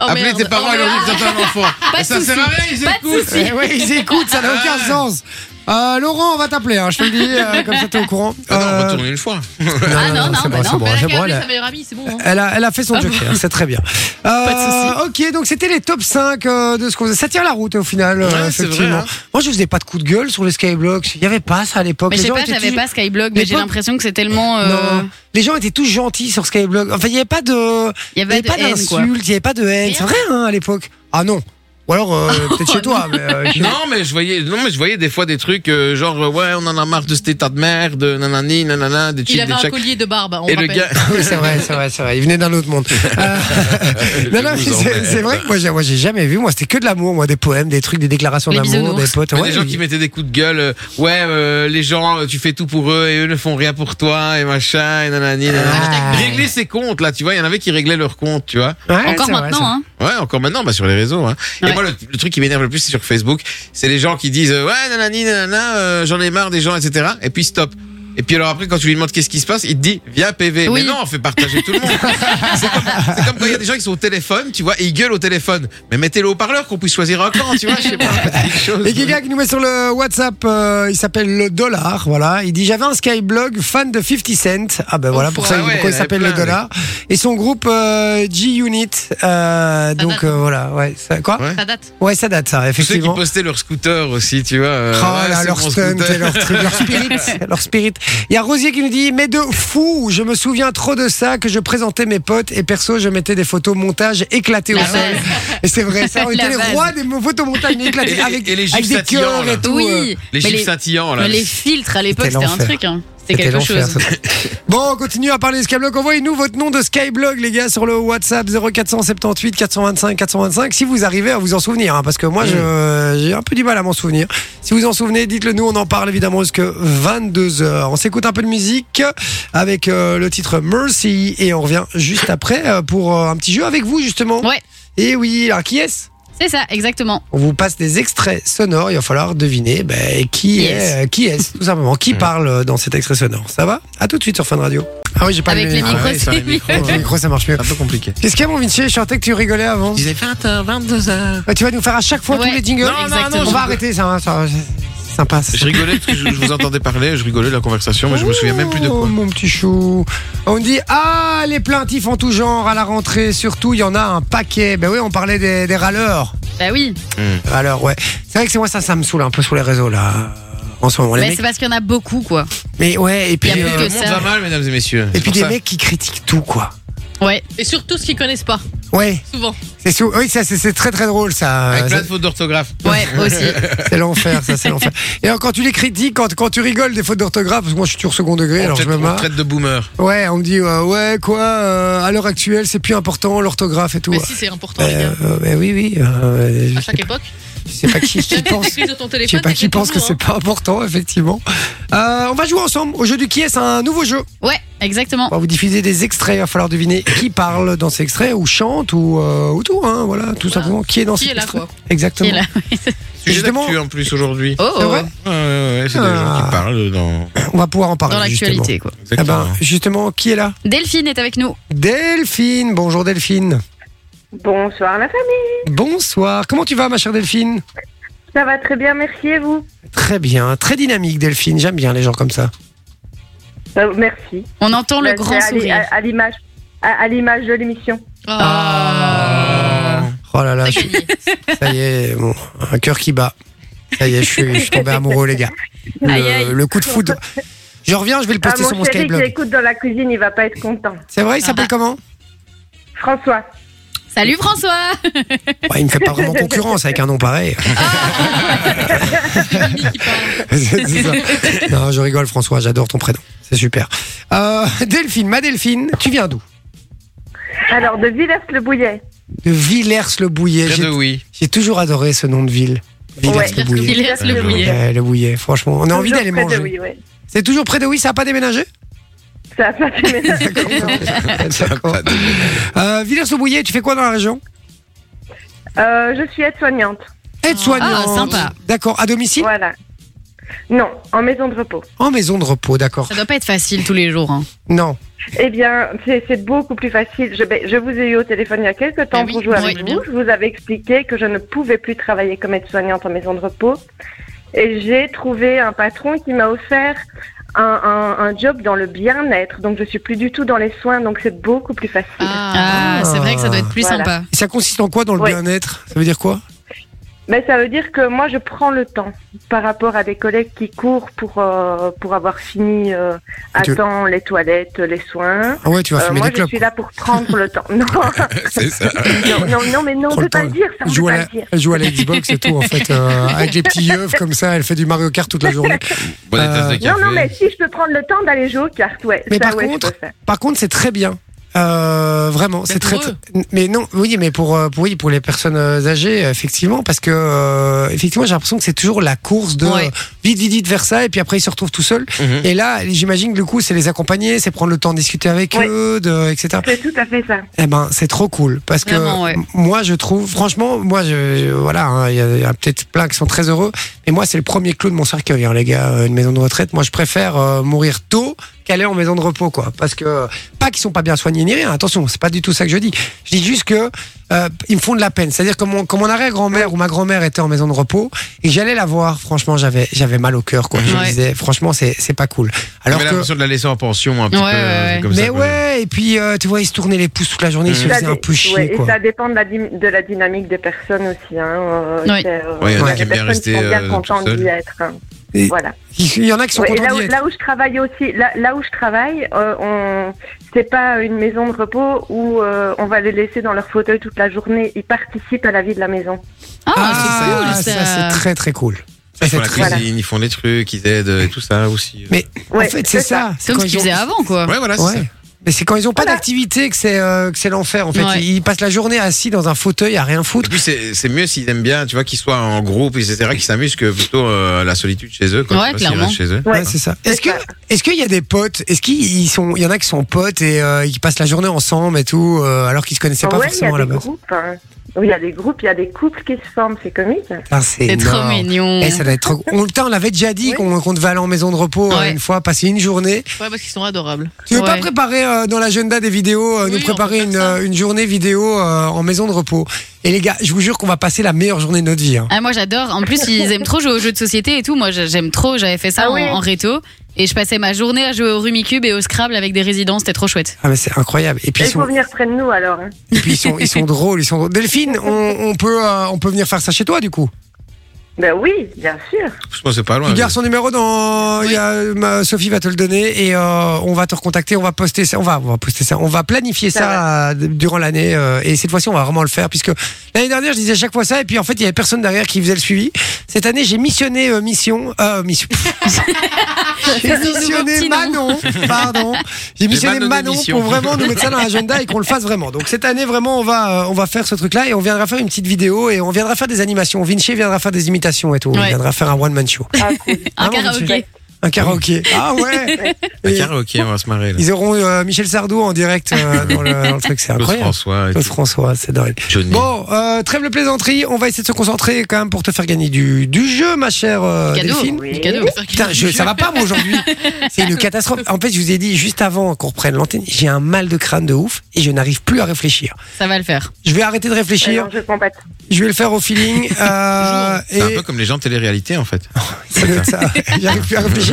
Speaker 2: Appelez
Speaker 3: merde.
Speaker 2: tes parents
Speaker 3: Oh,
Speaker 2: et leur
Speaker 3: merde.
Speaker 2: dire que t'as un enfant.
Speaker 3: Pas
Speaker 2: Et
Speaker 3: de
Speaker 2: ça sert à
Speaker 3: soucis.
Speaker 2: rien, ils
Speaker 3: Pas de
Speaker 2: écoutent.
Speaker 3: soucis.
Speaker 1: Eh oui, ils écoutent, ça n'a aucun
Speaker 2: Ouais.
Speaker 1: sens. Euh, Laurent, on va t'appeler, hein, je te le dis, euh, comme ça t'es au courant.
Speaker 2: Ah non, on
Speaker 1: Euh,
Speaker 2: va tourner une fois.
Speaker 3: Ah
Speaker 1: c'est bon,
Speaker 3: non, non, bah non,
Speaker 1: c'est
Speaker 3: mais
Speaker 1: bon,
Speaker 7: elle a
Speaker 1: c'est
Speaker 7: qu'à
Speaker 1: bon,
Speaker 7: appeler
Speaker 1: elle a-
Speaker 7: sa meilleure amie, c'est bon. hein.
Speaker 1: Elle a, elle a fait
Speaker 3: Ah
Speaker 1: son joker, c'est très bien. Euh, ok, donc c'était les top 5 euh, de ce qu'on faisait. Ça tient la route au final, euh,
Speaker 2: Ouais, c'est vrai,
Speaker 1: effectivement.
Speaker 2: hein.
Speaker 1: Moi, je faisais pas de coup de gueule sur les skyblocks. Il y avait pas ça à l'époque.
Speaker 3: Mais
Speaker 1: Les
Speaker 3: je sais
Speaker 1: gens
Speaker 3: pas,
Speaker 1: étaient
Speaker 3: j'avais
Speaker 1: tous-
Speaker 3: pas Skyblog,
Speaker 1: Mais
Speaker 3: mais j'ai
Speaker 1: pas-
Speaker 3: l'impression que c'est tellement. euh,
Speaker 1: Non. Les gens étaient tous gentils sur Skyblog. Enfin, il n'y avait pas de,
Speaker 3: Il y
Speaker 1: il y
Speaker 3: avait
Speaker 1: avait
Speaker 3: pas
Speaker 1: pas
Speaker 3: de haine, quoi.
Speaker 1: d'insultes, il n'y avait pas de haine. C'est vrai hein, à l'époque. Ah non. Ou alors euh, peut-être chez
Speaker 3: Oh,
Speaker 1: toi. Mais, euh, chez-
Speaker 2: Non mais je voyais, non mais je voyais des fois des trucs euh, genre euh, ouais on en a marre de cet état de merde, nanani, nanana, des
Speaker 7: Il
Speaker 2: chips,
Speaker 7: avait
Speaker 2: des
Speaker 7: un
Speaker 2: tchaks.
Speaker 7: collier de barbe. On
Speaker 2: Et le
Speaker 7: rappelle.
Speaker 2: gars,
Speaker 1: Oui, c'est vrai, c'est vrai, c'est vrai. Il venait d'un autre monde. Euh, non, non, mais
Speaker 2: vous
Speaker 1: c'est
Speaker 2: emmerde.
Speaker 1: c'est vrai que moi, j'ai- moi, j'ai jamais vu. Moi, c'était que de l'amour, moi, des poèmes, des trucs, des déclarations
Speaker 3: Les
Speaker 1: d'amour, des
Speaker 3: bisounours.
Speaker 1: potes.
Speaker 2: Il y a
Speaker 1: Ouais,
Speaker 2: des gens qui mettaient des coups de gueule, euh, ouais euh, les gens euh, tu fais tout pour eux et eux ne font rien pour toi et machin et nanani.
Speaker 1: Ah.
Speaker 2: nanana. Régler ses comptes là, tu vois, il y en avait qui réglaient leurs comptes, tu vois.
Speaker 1: Ouais,
Speaker 3: Encore
Speaker 1: c'est vrai,
Speaker 3: maintenant, hein.
Speaker 2: Ouais, encore maintenant, bah, sur les réseaux. Hein. Et
Speaker 3: Ouais.
Speaker 2: moi, le, le truc qui m'énerve le plus, c'est sur Facebook. C'est les gens qui disent euh, Ouais, nanani, nanana, euh, j'en ai marre des gens, etc. Et puis stop. Et puis alors après, quand tu lui demandes qu'est-ce qui se passe, il te dit Viens PV.
Speaker 3: Oui.
Speaker 2: Mais non, fais partager tout le monde. c'est comme, c'est comme quand il y a des gens qui sont au téléphone, tu vois, et ils gueulent au téléphone. Mais mettez-le au parleur qu'on puisse choisir un camp, tu vois, je sais pas. quelque chose.
Speaker 1: Et quelqu'un qui nous met sur le WhatsApp, euh, il s'appelle le dollar, voilà. Il dit j'avais un Skyblog fan de 50 Cent. Ah ben voilà, pour ça
Speaker 2: ah
Speaker 1: il-
Speaker 2: ouais,
Speaker 1: pourquoi
Speaker 2: il
Speaker 1: il
Speaker 2: y en avait
Speaker 1: s'appelle
Speaker 2: plein,
Speaker 1: le dollar. Et son groupe euh, G-Unit. euh, donc
Speaker 7: date.
Speaker 1: euh, voilà, ouais. Ça, quoi ouais.
Speaker 2: Ouais.
Speaker 7: Ça date.
Speaker 1: ça date ça,
Speaker 2: Tous ceux qui
Speaker 1: effectivement.
Speaker 2: postaient leur scooter aussi, tu vois. euh,
Speaker 1: Oh
Speaker 2: ouais,
Speaker 1: là,
Speaker 2: c'est
Speaker 1: leur
Speaker 2: mon
Speaker 1: stunt
Speaker 2: scooter.
Speaker 1: et leur, truc, leur spirit, leur spirit. Il y a Rosier qui nous dit, mais de fou, je me souviens trop de ça que je présentais mes potes et perso, je mettais des photos montage éclatées au
Speaker 3: La
Speaker 1: sol.
Speaker 3: base.
Speaker 1: Et c'est vrai, ça, on
Speaker 3: La
Speaker 1: était les
Speaker 3: base.
Speaker 1: rois des photos montage éclatées
Speaker 2: Et les-
Speaker 1: avec,
Speaker 2: et les gifs
Speaker 1: avec des
Speaker 2: satyrs,
Speaker 1: cœurs
Speaker 2: là.
Speaker 1: et tout. euh.
Speaker 3: Oui.
Speaker 2: Les
Speaker 3: mais
Speaker 2: chiffres scintillants, Oh là.
Speaker 3: mais les filtres à l'époque,
Speaker 1: C'était
Speaker 3: c'était un
Speaker 1: l'enfer.
Speaker 3: truc. hein. C'était quelque
Speaker 1: l'enfer,
Speaker 3: chose.
Speaker 1: ça. Bon, on continue à parler de Skyblog. Envoyez-nous votre nom de Skyblog, les gars, sur le WhatsApp 0478 425 425. Si vous arrivez à vous en souvenir, hein, parce que moi, je- j'ai un peu du mal à m'en souvenir. Si vous en souvenez, dites-le nous. On en parle évidemment jusque 22h. On s'écoute un peu de musique avec euh, le titre Mercy et on revient juste après euh, pour euh, un petit jeu avec vous, justement.
Speaker 3: Ouais.
Speaker 1: Et oui, alors qui est-ce
Speaker 3: C'est ça, exactement.
Speaker 1: on vous passe des extraits sonores, il va falloir deviner ben, qui
Speaker 3: Yes.
Speaker 1: est, euh, qui est, tout simplement,
Speaker 2: Hmm.
Speaker 1: qui parle euh, dans cet extrait sonore. Ça va À tout de suite sur Fun Radio. Ah oui, j'ai pas
Speaker 3: Avec
Speaker 1: le-
Speaker 3: les
Speaker 1: Ah
Speaker 3: micros,
Speaker 2: ouais, ça, les
Speaker 3: c'est mieux.
Speaker 2: micros.
Speaker 1: ouais, avec le micro, ça marche mieux.
Speaker 2: un peu compliqué.
Speaker 1: Qu'est-ce qu'il y a, mon Vinci Je sentais que tu rigolais avant.
Speaker 2: Ils avaient 20h, 22h.
Speaker 1: Ah, Tu vas nous faire à chaque fois
Speaker 3: Ouais,
Speaker 1: tous les jingles
Speaker 2: non, non,
Speaker 1: On
Speaker 3: exactement.
Speaker 1: va arrêter ça. hein, ça c'est sympa. c'est
Speaker 2: Je rigolais parce que je, je vous entendais parler, je rigolais de la conversation, mais je me souviens même plus de
Speaker 1: Oh,
Speaker 2: quoi.
Speaker 1: mon petit chou. On dit Ah, les plaintifs en tout genre à la rentrée, surtout, il y en a un paquet. Ben oui, on parlait des, des râleurs.
Speaker 3: Bah oui.
Speaker 1: Râleurs, ouais. C'est vrai que c'est moi, ça, ça me saoule un peu sur les réseaux, là. En ce moment, les
Speaker 3: Mais
Speaker 1: mecs.
Speaker 3: c'est parce qu'il y en a beaucoup, quoi.
Speaker 1: Mais ouais, et puis.
Speaker 3: Il y a
Speaker 1: euh,
Speaker 3: plus
Speaker 2: Le
Speaker 3: que
Speaker 2: monde
Speaker 3: ça.
Speaker 2: va mal, mesdames et messieurs.
Speaker 1: Et
Speaker 2: C'est
Speaker 1: puis
Speaker 2: pour
Speaker 1: des
Speaker 2: ça.
Speaker 1: mecs qui critiquent tout, quoi.
Speaker 3: Ouais.
Speaker 7: Et surtout ce qu'ils connaissent pas,
Speaker 1: Ouais,
Speaker 7: souvent.
Speaker 1: c'est sou- oui, ça, c'est c'est très très drôle, ça.
Speaker 2: Avec plein
Speaker 1: Ah, Ça,
Speaker 2: de fautes d'orthographe.
Speaker 3: Ouais, aussi.
Speaker 1: C'est l'enfer, ça, c'est l'enfer. Et alors, quand tu les critiques, quand, quand tu rigoles des fautes d'orthographe, parce que moi, je suis toujours second degré,
Speaker 2: On
Speaker 1: alors je
Speaker 2: traite-
Speaker 1: me
Speaker 2: on
Speaker 1: marre.
Speaker 2: traite de boomer.
Speaker 1: Ouais, on me dit, euh, ouais, quoi, euh, à l'heure actuelle, c'est plus important l'orthographe et tout.
Speaker 7: Mais si, c'est important, les
Speaker 1: Euh,
Speaker 7: gars.
Speaker 1: euh, mais oui, oui. euh, je,
Speaker 7: À
Speaker 1: sais
Speaker 7: chaque
Speaker 1: pas,
Speaker 7: époque.
Speaker 1: je sais pas qui, qui pense.
Speaker 7: T'écris sur ton
Speaker 1: Je sais
Speaker 7: téléphone.
Speaker 1: pas qui
Speaker 7: t'écris
Speaker 1: pense que
Speaker 7: toujours,
Speaker 1: c'est pas important, effectivement. Euh, on va jouer ensemble au jeu du qui est, c'est un nouveau jeu.
Speaker 3: Ouais, exactement.
Speaker 1: On va vous diffuser des extraits, il va falloir deviner qui parle dans ces extraits, ou chante, ou, euh, ou tout, hein, voilà, tout simplement. Qui est dans
Speaker 7: Qui
Speaker 1: ces
Speaker 7: est là,
Speaker 1: extraits.
Speaker 7: quoi.
Speaker 1: Exactement.
Speaker 3: Qui est là
Speaker 2: Sujet
Speaker 1: Justement.
Speaker 2: d'actu en plus aujourd'hui.
Speaker 3: Oh,
Speaker 1: C'est vrai
Speaker 2: Ouais, ouais, ouais, c'est des
Speaker 1: Ah.
Speaker 2: gens qui parlent dans.
Speaker 1: On va pouvoir en parler.
Speaker 3: dans
Speaker 1: justement.
Speaker 3: l'actualité, quoi.
Speaker 1: Ah
Speaker 2: Exactement.
Speaker 1: ben, justement, qui est là
Speaker 3: Delphine est avec nous.
Speaker 1: Delphine. Bonjour Delphine.
Speaker 6: Bonsoir la famille.
Speaker 1: Bonsoir. Comment tu vas, ma chère Delphine
Speaker 6: Ça va très bien, merci et vous
Speaker 1: Très bien, très dynamique Delphine. J'aime bien les gens comme ça.
Speaker 6: Euh, Merci.
Speaker 3: On entend le
Speaker 6: Là, Bah, c'est
Speaker 3: grand
Speaker 6: à l'i-
Speaker 3: sourire.
Speaker 6: À, à l'image, à, à l'image de l'émission.
Speaker 7: Ah.
Speaker 1: Oh là là,
Speaker 7: T'as
Speaker 1: Oh je-
Speaker 7: gagné.
Speaker 1: ça y est, bon, un cœur qui bat. Ça Ça y est, je suis, je suis tombé amoureux, les gars. Le,
Speaker 3: Aïe, aïe.
Speaker 1: le coup de foudre. Je reviens, je vais le
Speaker 6: Ah,
Speaker 1: poster sur mon
Speaker 6: mon chéri qui
Speaker 1: Skyblog.
Speaker 6: écoute dans la cuisine, il va pas être content.
Speaker 1: C'est vrai, il s'appelle
Speaker 3: Ah.
Speaker 1: comment
Speaker 6: François.
Speaker 3: Salut François
Speaker 1: Ouais, Il me fait pas vraiment concurrence avec un nom pareil.
Speaker 7: Ah.
Speaker 1: C'est- c'est ça. Non, je rigole, François, j'adore ton prénom. C'est super. Euh, Delphine, ma Delphine, tu viens d'où
Speaker 6: Alors, de Villers-le-Bouillet.
Speaker 1: De Villers-le-Bouillet.
Speaker 2: Près
Speaker 1: J'ai-
Speaker 2: de oui.
Speaker 1: J'ai toujours adoré ce nom de ville. Villers-le-Bouillet.
Speaker 3: Il laisse le
Speaker 2: Ouais.
Speaker 3: bouillet.
Speaker 1: Ouais, le Bouillet, franchement, on a envie
Speaker 6: Euh, Toujours
Speaker 1: d'aller
Speaker 6: près de
Speaker 1: manger.
Speaker 6: oui, ouais.
Speaker 1: C'est toujours près de oui, ça n'a pas déménagé
Speaker 6: Ça a pas déménagé.
Speaker 1: D'accord.
Speaker 2: Pas de-
Speaker 1: Euh, Villers-le-Bouillet, tu fais quoi dans la région
Speaker 6: Euh, je suis aide-soignante.
Speaker 1: Aide-soignante.
Speaker 3: Ah, sympa.
Speaker 1: D'accord, à domicile
Speaker 6: Voilà. Non, en maison de repos.
Speaker 1: En maison de repos, d'accord.
Speaker 3: Ça doit pas être facile tous les jours. hein.
Speaker 1: Non.
Speaker 6: Eh bien, c'est c'est beaucoup plus facile. Je, ben, je vous ai eu au téléphone il y a quelques temps
Speaker 3: Eh oui,
Speaker 6: pour jouer avec
Speaker 3: ouais,
Speaker 6: vous.
Speaker 3: bien.
Speaker 6: Je vous avais expliqué que je ne pouvais plus travailler comme aide-soignante en maison de repos. Et j'ai trouvé un patron qui m'a offert un, un- un job dans le bien-être. Donc, je suis plus du tout dans les soins. Donc, c'est beaucoup plus facile.
Speaker 3: Ah, c'est vrai que ça doit être plus
Speaker 6: Voilà.
Speaker 3: sympa.
Speaker 1: Et ça consiste en quoi dans le
Speaker 6: Ouais.
Speaker 1: bien-être Ça veut dire quoi
Speaker 6: Mais Ben, ça veut dire que moi, je prends le temps par rapport à des collègues qui courent pour, euh, pour avoir fini euh, à
Speaker 1: Tu-
Speaker 6: temps les toilettes, les soins.
Speaker 1: Ah ouais, tu vas
Speaker 6: Euh,
Speaker 1: fumer
Speaker 6: moi,
Speaker 1: des
Speaker 6: je
Speaker 1: clopes.
Speaker 6: suis là pour prendre le temps. Non,
Speaker 2: C'est ça.
Speaker 6: non, non, non, mais non, on
Speaker 1: Prends le
Speaker 6: peut pas
Speaker 1: temps.
Speaker 6: le dire, ça, on
Speaker 1: Joue à,
Speaker 6: peut pas
Speaker 1: la,
Speaker 6: le dire.
Speaker 1: elle joue à la Xbox et tout, en fait, euh, avec les petits yeux comme ça, elle fait du Mario Kart toute la journée.
Speaker 2: Bonne
Speaker 1: Euh,
Speaker 2: tasse de
Speaker 6: Non,
Speaker 2: café.
Speaker 6: non, mais si je peux prendre le temps d'aller jouer aux cartes, ouais.
Speaker 1: Mais
Speaker 6: ça,
Speaker 1: par
Speaker 6: ouais, je
Speaker 1: contre-
Speaker 6: peux faire.
Speaker 1: Par contre, c'est très bien. Euh, vraiment, c'est très,
Speaker 7: pour eux.
Speaker 1: très- Mais non, oui, mais pour, euh, pour oui, pour les personnes euh, âgées, effectivement, parce que euh, effectivement, j'ai l'impression que c'est toujours la course de
Speaker 7: Ouais.
Speaker 1: euh, vite, vite, vite vers ça, et puis après ils se retrouvent tout seuls.
Speaker 2: Mhm.
Speaker 1: Et là, j'imagine que le coup, c'est les accompagner, c'est prendre le temps de discuter avec
Speaker 6: Ouais.
Speaker 1: eux, de, etc.
Speaker 6: C'est tout à fait ça.
Speaker 1: Eh ben, c'est trop cool parce que
Speaker 3: Vraiment, ouais.
Speaker 1: m- moi je trouve, franchement, moi je, je- voilà, hein, il y a- il y a, peut-être plein qui sont très heureux, mais moi c'est le premier clou de mon cercueil, hein, les gars, euh, une maison de retraite. Moi je préfère euh, mourir tôt qu'aller en maison de repos, quoi, parce que pas qu'ils sont pas bien soignés ni rien. Attention, c'est pas du tout ça que je dis. Je dis juste que euh, ils me font de la peine. C'est-à-dire que mon, quand mon arrière-grand-mère ou ma grand-mère était en maison de repos et que j'allais la voir, franchement, j'avais j'avais mal au cœur, quoi. Je me
Speaker 7: Ouais.
Speaker 1: disais, franchement, c'est c'est pas cool.
Speaker 2: J'avais
Speaker 1: Alors que
Speaker 2: l'impression de la laisser en pension un petit
Speaker 3: Ouais,
Speaker 2: peu.
Speaker 3: ouais,
Speaker 2: euh,
Speaker 3: ouais.
Speaker 2: comme ça,
Speaker 1: mais
Speaker 2: quoi.
Speaker 1: ouais, et puis euh, tu vois, ils se tournaient les pouces toute la journée, ils se
Speaker 2: Mhm.
Speaker 1: faisaient un
Speaker 6: dé-
Speaker 1: peu chier.
Speaker 6: ouais,
Speaker 1: quoi.
Speaker 6: Et ça dépend de la, dy- de la dynamique des personnes aussi. Hein. euh,
Speaker 3: Oui.
Speaker 6: c'est, euh,
Speaker 2: Ouais, il y en a qui
Speaker 6: des
Speaker 2: aiment bien
Speaker 6: personnes
Speaker 2: rester,
Speaker 6: qui sont bien
Speaker 2: euh,
Speaker 6: contentes
Speaker 2: tout seul.
Speaker 6: d'y être. hein.
Speaker 1: Et-
Speaker 6: Voilà.
Speaker 1: Il y en a qui sont
Speaker 6: Ouais, et
Speaker 1: contents
Speaker 6: là, où,
Speaker 1: d'y être.
Speaker 6: là où je travaille aussi, là, là où je travaille, euh, on c'est pas une maison de repos où euh, on va les laisser dans leur fauteuil toute la journée. Ils participent à la vie de la maison.
Speaker 3: Ah,
Speaker 1: Ah,
Speaker 3: c'est cool ça.
Speaker 1: ça, c'est très très cool. Ça,
Speaker 2: Ils
Speaker 1: c'est
Speaker 2: font la
Speaker 1: très-
Speaker 2: cuisine, ils font des trucs, ils aident euh, et tout ça aussi.
Speaker 1: Mais-
Speaker 6: Ouais,
Speaker 1: en fait, c'est ça.
Speaker 3: C'est comme
Speaker 1: quand
Speaker 3: ce qu'ils
Speaker 1: ils ont-
Speaker 3: faisaient avant, quoi.
Speaker 2: Ouais, voilà, c'est
Speaker 1: Ouais.
Speaker 2: ça.
Speaker 1: Mais c'est quand ils ont pas
Speaker 6: Voilà.
Speaker 1: d'activité que c'est euh, que c'est l'enfer. En fait,
Speaker 3: Ouais.
Speaker 1: ils, ils passent la journée assis dans un fauteuil à rien
Speaker 2: Et
Speaker 1: foutre.
Speaker 2: puis c'est c'est mieux s'ils aiment bien, tu vois, qu'ils soient en groupe, etc., qu'ils s'amusent que plutôt euh, la solitude chez eux. Quoi,
Speaker 3: Ouais,
Speaker 2: tu vois, s'ils
Speaker 3: clairement.
Speaker 2: restent Chez eux.
Speaker 6: Ouais.
Speaker 1: Ouais, c'est ça. Est-ce que
Speaker 6: C'est ça.
Speaker 1: est-ce qu'il y a des potes Est-ce qu'ils ils sont Il y en a qui sont potes et euh, ils passent la journée ensemble et tout, euh, alors qu'ils se connaissaient pas
Speaker 6: Ouais, il y
Speaker 1: forcément à
Speaker 6: a
Speaker 1: la
Speaker 6: des
Speaker 1: base.
Speaker 6: groupes. hein. Il y a des groupes, il y a des couples qui se forment. C'est comique.
Speaker 1: Putain, Ah, C'est
Speaker 3: C'est trop
Speaker 1: énorme.
Speaker 3: mignon.
Speaker 1: Eh, ça doit être trop- On, putain, on l'avait déjà dit
Speaker 6: Oui.
Speaker 1: qu'on qu'on devait aller en maison de repos euh,
Speaker 3: Ouais.
Speaker 1: une fois, passer une journée.
Speaker 7: Ouais, parce qu'ils sont adorables.
Speaker 1: Tu veux
Speaker 7: Ouais.
Speaker 1: pas préparer euh, dans l'agenda des vidéos, euh,
Speaker 7: Oui,
Speaker 1: nous
Speaker 7: on
Speaker 1: préparer
Speaker 7: peut faire
Speaker 1: une,
Speaker 7: ça.
Speaker 1: euh, une journée vidéo euh, en maison de repos. Et les gars, je vous jure qu'on va passer la meilleure journée de notre vie. hein.
Speaker 3: Ah, moi j'adore. En plus, ils aiment trop jouer aux jeux de société et tout. Moi j'a- j'aime trop. J'avais fait ça
Speaker 6: Ah
Speaker 3: en,
Speaker 6: oui.
Speaker 3: en réto. Et je passais ma journée à jouer au Rumicube et au Scrabble avec des résidents. C'était trop chouette.
Speaker 1: Ah mais c'est incroyable. Et puis
Speaker 6: Il
Speaker 1: ils
Speaker 6: faut
Speaker 1: sont,
Speaker 6: venir près de nous alors. hein.
Speaker 1: et puis ils sont, ils sont drôles, ils sont drôles. Delphine, on, on peut, euh, on peut venir faire ça chez toi du coup.
Speaker 6: Ben oui, bien sûr.
Speaker 2: En plus, moi, c'est pas loin.
Speaker 1: Tu gardes son numéro dans, il y a, ma- Sophie va te le donner et euh, on va te recontacter, on va poster ça, on va, on va poster ça, on va planifier
Speaker 6: Ça
Speaker 1: ça, euh, durant l'année euh, et cette fois-ci on va vraiment le faire puisque l'année dernière je disais chaque fois ça et puis en fait il y avait personne derrière qui faisait le suivi. Cette année j'ai missionné euh, mission, euh, mission. J'ai
Speaker 3: Nos nouveaux
Speaker 1: missionné
Speaker 3: petits noms.
Speaker 1: Manon, pardon. J'ai missionné
Speaker 2: Manon
Speaker 1: Manon
Speaker 2: d'émission.
Speaker 1: pour vraiment nous mettre ça dans l'agenda et qu'on le fasse vraiment. Donc cette année vraiment on va euh, on va faire ce truc là et on viendra faire une petite vidéo et on viendra faire des animations. Vinci viendra faire des imitations et tout. On
Speaker 3: Ouais.
Speaker 1: viendra faire un one man show.
Speaker 6: Ah, cool.
Speaker 3: Un
Speaker 1: Ah, mon Dieu.
Speaker 3: karaoké.
Speaker 1: Un karaoké. Ah ouais. Et
Speaker 2: Ah, ok, on va se marrer là.
Speaker 1: ils auront euh, Michel Sardou en direct euh, dans, le, dans le truc, c'est
Speaker 2: Claude
Speaker 1: incroyable.
Speaker 2: François, et
Speaker 1: Claude
Speaker 2: tout.
Speaker 1: François, c'est dingue.
Speaker 2: Johnny.
Speaker 1: Bon, euh, trêve de plaisanterie, on va essayer de se concentrer quand même pour te faire gagner du, du jeu, ma chère euh,
Speaker 3: Cadeau.
Speaker 1: Delphine.
Speaker 3: Du cadeau.
Speaker 1: Putain, je- ça va pas moi aujourd'hui. C'est une catastrophe. En fait, je vous ai dit juste avant qu'on reprenne l'antenne, j'ai un mal de crâne de ouf et je n'arrive plus à réfléchir.
Speaker 3: Ça va le faire.
Speaker 1: Je vais arrêter de
Speaker 6: Ah
Speaker 1: réfléchir,
Speaker 6: non, je compatis.
Speaker 1: je vais le faire au feeling. euh,
Speaker 2: C'est un
Speaker 1: et-
Speaker 2: peu comme les gens de télé-réalité en fait.
Speaker 1: ça doit être ça. J'arrive plus à réfléchir.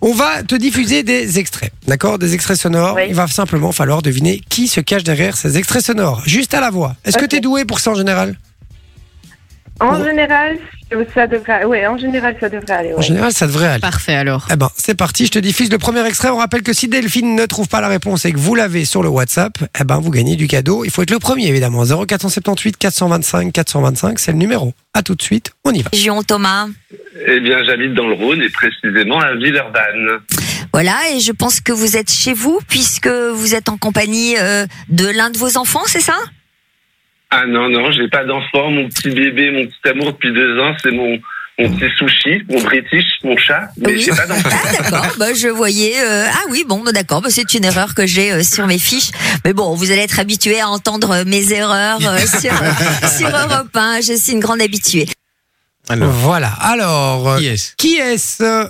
Speaker 1: On va te diffuser des extraits, d'accord Des extraits sonores.
Speaker 6: Oui.
Speaker 1: Il va simplement falloir deviner qui se cache derrière ces extraits sonores, juste à la voix. Est-ce
Speaker 6: Ok.
Speaker 1: que tu es doué pour ça en général
Speaker 6: En
Speaker 1: Bon.
Speaker 6: général, Ça devrait, ouais, en général, ça devrait aller.
Speaker 1: En
Speaker 6: Ouais.
Speaker 1: général, ça devrait aller.
Speaker 3: Parfait alors.
Speaker 1: Eh ben, c'est parti, je te diffuse le premier extrait. On rappelle que si Delphine ne trouve pas la réponse et que vous l'avez sur le WhatsApp, eh ben, vous gagnez du cadeau. Il faut être le premier, évidemment. 0478 425 425, c'est le numéro. À tout de suite, on y va.
Speaker 8: Région Thomas.
Speaker 9: Eh bien, j'habite dans le Rhône et précisément à Villeurbanne.
Speaker 8: Voilà, et je pense que vous êtes chez vous puisque vous êtes en compagnie euh, de l'un de vos enfants, c'est ça
Speaker 9: Ah non, non, j'ai pas d'enfant. Mon petit bébé, mon petit amour depuis deux ans, c'est mon, mon petit sushi, mon british, mon chat. Mais
Speaker 8: Oui.
Speaker 9: j'ai pas d'enfant.
Speaker 8: Ah d'accord, bah, je voyais. euh, ah oui, bon, bah, d'accord, bah, c'est une erreur que j'ai euh, sur mes fiches. Mais bon, vous allez être habitué à entendre euh, mes erreurs euh, sur, sur Europe 1. Je suis une grande habituée.
Speaker 2: Alors,
Speaker 1: Voilà. Alors, euh,
Speaker 2: qui est-ce
Speaker 1: qui est-ce euh,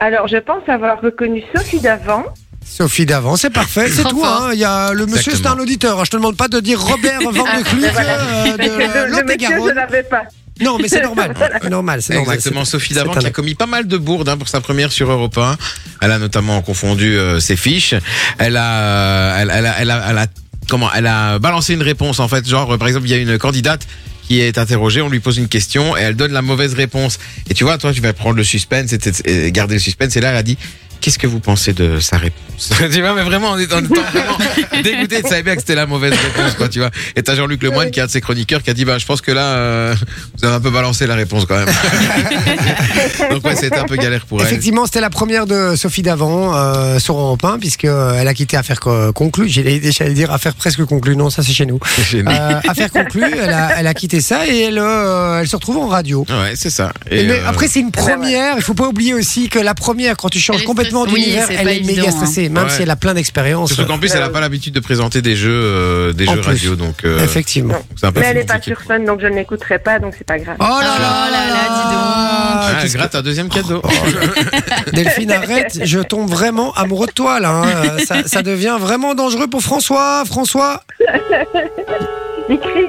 Speaker 6: Alors, je pense avoir reconnu Sophie d'avant.
Speaker 1: Sophie d'avant, c'est parfait, c'est
Speaker 3: Trop fort.
Speaker 1: toi. hein. Il y a le monsieur, c'est
Speaker 2: Exactement.
Speaker 1: un auditeur. hein. Je te demande pas de dire Robert Van de Cluck, euh,
Speaker 6: Parce que
Speaker 1: de
Speaker 6: le, le métier, je
Speaker 1: Lot-et-Garonne.
Speaker 6: l'avais pas.
Speaker 1: Non, mais c'est normal. C'est normal, c'est normal.
Speaker 2: Exactement, Sophie Davant
Speaker 1: c'est un
Speaker 2: qui a
Speaker 1: acte.
Speaker 2: commis pas mal de bourdes hein, pour sa première sur Europe 1. Elle a notamment confondu euh, ses fiches. Elle a, euh, elle, elle a, elle a, elle a- comment Elle a balancé une réponse en fait. Genre, euh, par exemple, il y a une candidate qui est interrogée, on lui pose une question et elle donne la mauvaise réponse. Et tu vois, toi, tu vas prendre le suspense, et, et- et garder le suspense. Et là, elle a dit. Qu'est-ce que vous pensez de sa réponse Tu vois, mais vraiment, on est en étant vraiment dégoûté. Tu savais bien que c'était la mauvaise réponse, quoi, tu vois. Et t'as Jean-Luc Lemoyne, qui est un de ses chroniqueurs, qui a dit, bah, je pense que là, euh, vous avez un peu balancé la réponse, quand même. Donc ouais, c'était un peu galère pour elle.
Speaker 1: Effectivement, c'était la première de Sophie Davant euh, sur Europe 1, puisque euh, elle a quitté affaire co- conclue. J'allais j'allais dire affaire presque conclue. Non, ça c'est chez nous.
Speaker 2: C'est gênant.
Speaker 1: Euh, affaire conclue. Elle a, elle a quitté ça et elle, euh, elle se retrouve en radio.
Speaker 2: Ouais, c'est ça.
Speaker 1: Et mais
Speaker 2: euh,
Speaker 1: après, c'est une première. Il faut pas oublier aussi que la première, quand tu
Speaker 3: Elle
Speaker 1: changes
Speaker 3: est
Speaker 1: complètement
Speaker 3: stressée. Oui,
Speaker 1: d'univers,
Speaker 3: c'est
Speaker 1: elle
Speaker 3: pas
Speaker 1: est méga
Speaker 3: évident, hein.
Speaker 1: stressée, même
Speaker 2: Ouais.
Speaker 1: si elle a plein d'expérience.
Speaker 2: surtout qu'en plus, elle a pas l'habitude de présenter des jeux, euh, des
Speaker 1: En
Speaker 2: jeux
Speaker 1: plus.
Speaker 2: radio, donc euh,
Speaker 1: Effectivement.
Speaker 2: donc c'est un peu
Speaker 6: Mais elle est pas
Speaker 2: compliqué.
Speaker 6: sur fun, donc je ne l'écouterai pas, donc c'est pas grave.
Speaker 1: Oh là là
Speaker 3: Oh là là, dis donc.
Speaker 2: Ah, elle
Speaker 1: Qu'est-ce que- Oh.
Speaker 2: gratte un deuxième cadeau.
Speaker 1: Delphine, arrête, je tombe vraiment amoureux de toi là. hein. Euh, Ça, ça devient vraiment dangereux pour François. François,
Speaker 6: Il crie.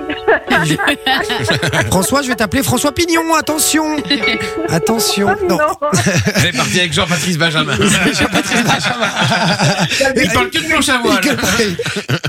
Speaker 1: François, je vais t'appeler François Pignon. Attention, attention.
Speaker 6: Oh
Speaker 1: Non.
Speaker 6: non.
Speaker 2: Elle est partie avec Jean-Patrice Benjamin. Jean-Patrice Benjamin. Il parle que de planche à voile.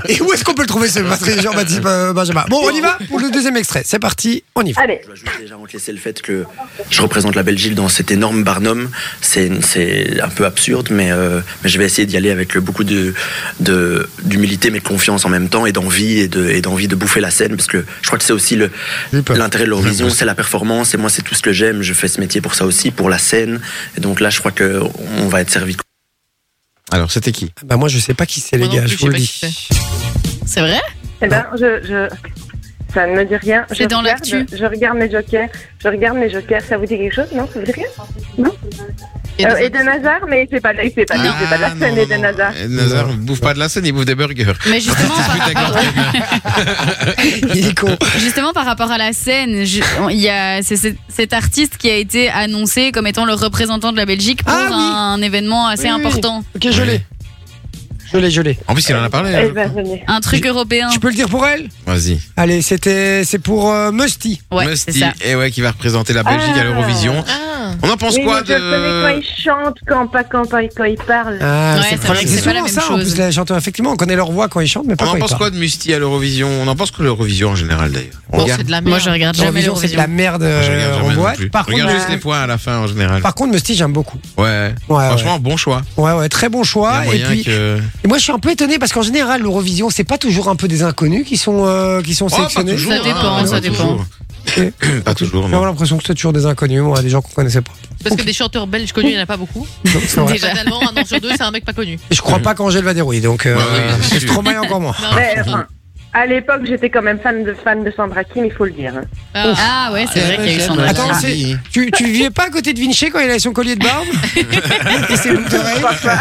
Speaker 1: Et où est-ce qu'on peut le trouver ce Patrick Jean-Baptiste euh, Benjamin Bon, on y va pour le deuxième extrait. C'est parti, on y va.
Speaker 6: Allez.
Speaker 5: Je dois juste déjà encaisser le fait que je représente la Belgique dans cet énorme Barnum. C'est c'est un peu absurde, mais, euh, mais je vais essayer d'y aller avec le, beaucoup de- de- d'humilité, mais de confiance en même temps, et d'envie et de- et d'envie de bouffer la scène, parce que je crois que c'est aussi le-
Speaker 1: J'ai peur.
Speaker 5: l'intérêt de l'horizon, c'est la performance, et moi c'est tout ce que j'aime. Je fais ce métier pour ça aussi, pour la scène. Et donc là, je crois qu'on va être servi.
Speaker 2: Alors, c'était qui
Speaker 1: Bah moi, je sais pas qui c'est les
Speaker 7: Moi non
Speaker 1: gars. Je
Speaker 7: plus,
Speaker 1: vous
Speaker 7: je
Speaker 1: le dis.
Speaker 7: sais pas
Speaker 3: C'est vrai
Speaker 6: Eh ben, je, je... Ça ne me dit rien. Je
Speaker 3: C'est dans
Speaker 6: regarde-
Speaker 3: l'actu.
Speaker 6: Je regarde mes jokers. Je regarde mes jokers. Ça vous dit quelque chose Non, ça vous dit rien
Speaker 7: Et
Speaker 6: euh, Eden Hazard, mais c'est pas, de- c'est pas, de- c'est pas de la
Speaker 2: Ah,
Speaker 6: scène,
Speaker 2: non,
Speaker 6: Eden
Speaker 2: non, non.
Speaker 6: Hazard.
Speaker 2: Eden Hazard, il bouffe pas de la scène, il bouffe des burgers.
Speaker 3: Mais justement,
Speaker 1: Ah,
Speaker 3: par
Speaker 2: Putain,
Speaker 3: rapport,
Speaker 1: Il est con.
Speaker 3: justement, par rapport à la scène, je- on- il y a c'est- c'est- cet artiste qui a été annoncé comme étant le représentant de la Belgique pour
Speaker 1: Ah oui.
Speaker 3: un, événement assez
Speaker 1: Oui, oui, oui.
Speaker 3: important.
Speaker 1: Ok, je l'ai. Je l'ai, je l'ai.
Speaker 2: En plus, il en a parlé.
Speaker 6: Eh
Speaker 2: hein.
Speaker 6: ben, venez.
Speaker 3: Un truc européen.
Speaker 1: Je peux le dire pour elle
Speaker 2: Vas-y.
Speaker 1: Allez, c'était, c'est pour euh, Musty.
Speaker 3: Ouais, c'est
Speaker 2: Musty,
Speaker 3: ça.
Speaker 2: et ouais, qui va représenter la Belgique à
Speaker 6: Ah.
Speaker 2: l'Eurovision.
Speaker 7: Ah,
Speaker 2: On en pense
Speaker 6: Oui,
Speaker 2: quoi
Speaker 6: mais je connais quand
Speaker 2: de
Speaker 6: il chante, quand pas quand, pas- quand il parle.
Speaker 1: Ah,
Speaker 3: Ouais,
Speaker 1: c'est
Speaker 3: c'est
Speaker 1: vrai,
Speaker 3: vrai
Speaker 1: c'est
Speaker 3: que c'est pas la
Speaker 1: souvent
Speaker 3: même
Speaker 1: ça, en
Speaker 3: chose.
Speaker 1: plus, les chanteurs. Effectivement, on connaît leur voix quand ils chantent, mais pas
Speaker 2: On en
Speaker 1: quand ils
Speaker 2: pense
Speaker 1: parlent.
Speaker 2: quoi de Musty à l'Eurovision On en pense que l'Eurovision en général d'ailleurs. On
Speaker 7: bon,
Speaker 2: regarde.
Speaker 7: c'est de la merde.
Speaker 3: Moi, je regarde jamais
Speaker 1: L'Eurovision, c'est de
Speaker 3: l'Eurovision.
Speaker 1: la merde
Speaker 2: Je
Speaker 1: euh,
Speaker 2: regarde jamais
Speaker 1: en
Speaker 2: non
Speaker 1: boîte.
Speaker 2: plus.
Speaker 1: Par
Speaker 2: regarde
Speaker 1: contre,
Speaker 2: juste
Speaker 1: euh,
Speaker 2: les points à la fin en général.
Speaker 1: par contre, Musty, j'aime beaucoup.
Speaker 2: Ouais.
Speaker 1: Ouais, ouais.
Speaker 2: Franchement, bon choix.
Speaker 1: Ouais, ouais, très bon
Speaker 2: Il y a
Speaker 1: choix. Et
Speaker 2: moyen
Speaker 1: puis,
Speaker 2: que- Oh,
Speaker 1: et moi, je suis un peu étonné parce qu'en général, l'Eurovision, c'est pas toujours un peu des inconnus qui sont euh, qui sont
Speaker 2: Oh, pas
Speaker 1: sélectionnés.
Speaker 2: toujours,
Speaker 3: Ça dépend,
Speaker 2: hein,
Speaker 3: ça
Speaker 2: pas
Speaker 3: dépend.
Speaker 2: toujours. pas toujours,
Speaker 1: J'ai
Speaker 2: non.
Speaker 1: l'impression que c'est toujours des inconnus, moi, des gens qu'on connaissait pas.
Speaker 7: Parce que des chanteurs belges connus, il n'y en a pas beaucoup.
Speaker 1: Donc, c'est vrai.
Speaker 7: Déjà. Totalement, un an sur deux, c'est un mec pas connu.
Speaker 1: Et Je crois pas qu'Angèle va dérouiller, donc euh,
Speaker 2: Ouais, ouais, bien sûr.
Speaker 1: Stromae encore moins.
Speaker 6: Mais, enfin, à l'époque, j'étais quand même fan de fan de Sandra Kim, il faut le dire. hein.
Speaker 3: Ah ouais, c'est vrai qu'il y a eu Sandra.
Speaker 1: Attends,
Speaker 3: Kim.
Speaker 1: c'est- tu, tu vivais pas à côté de Vinci quand il avait son collier de barbe et ses boucles d'oreilles Ça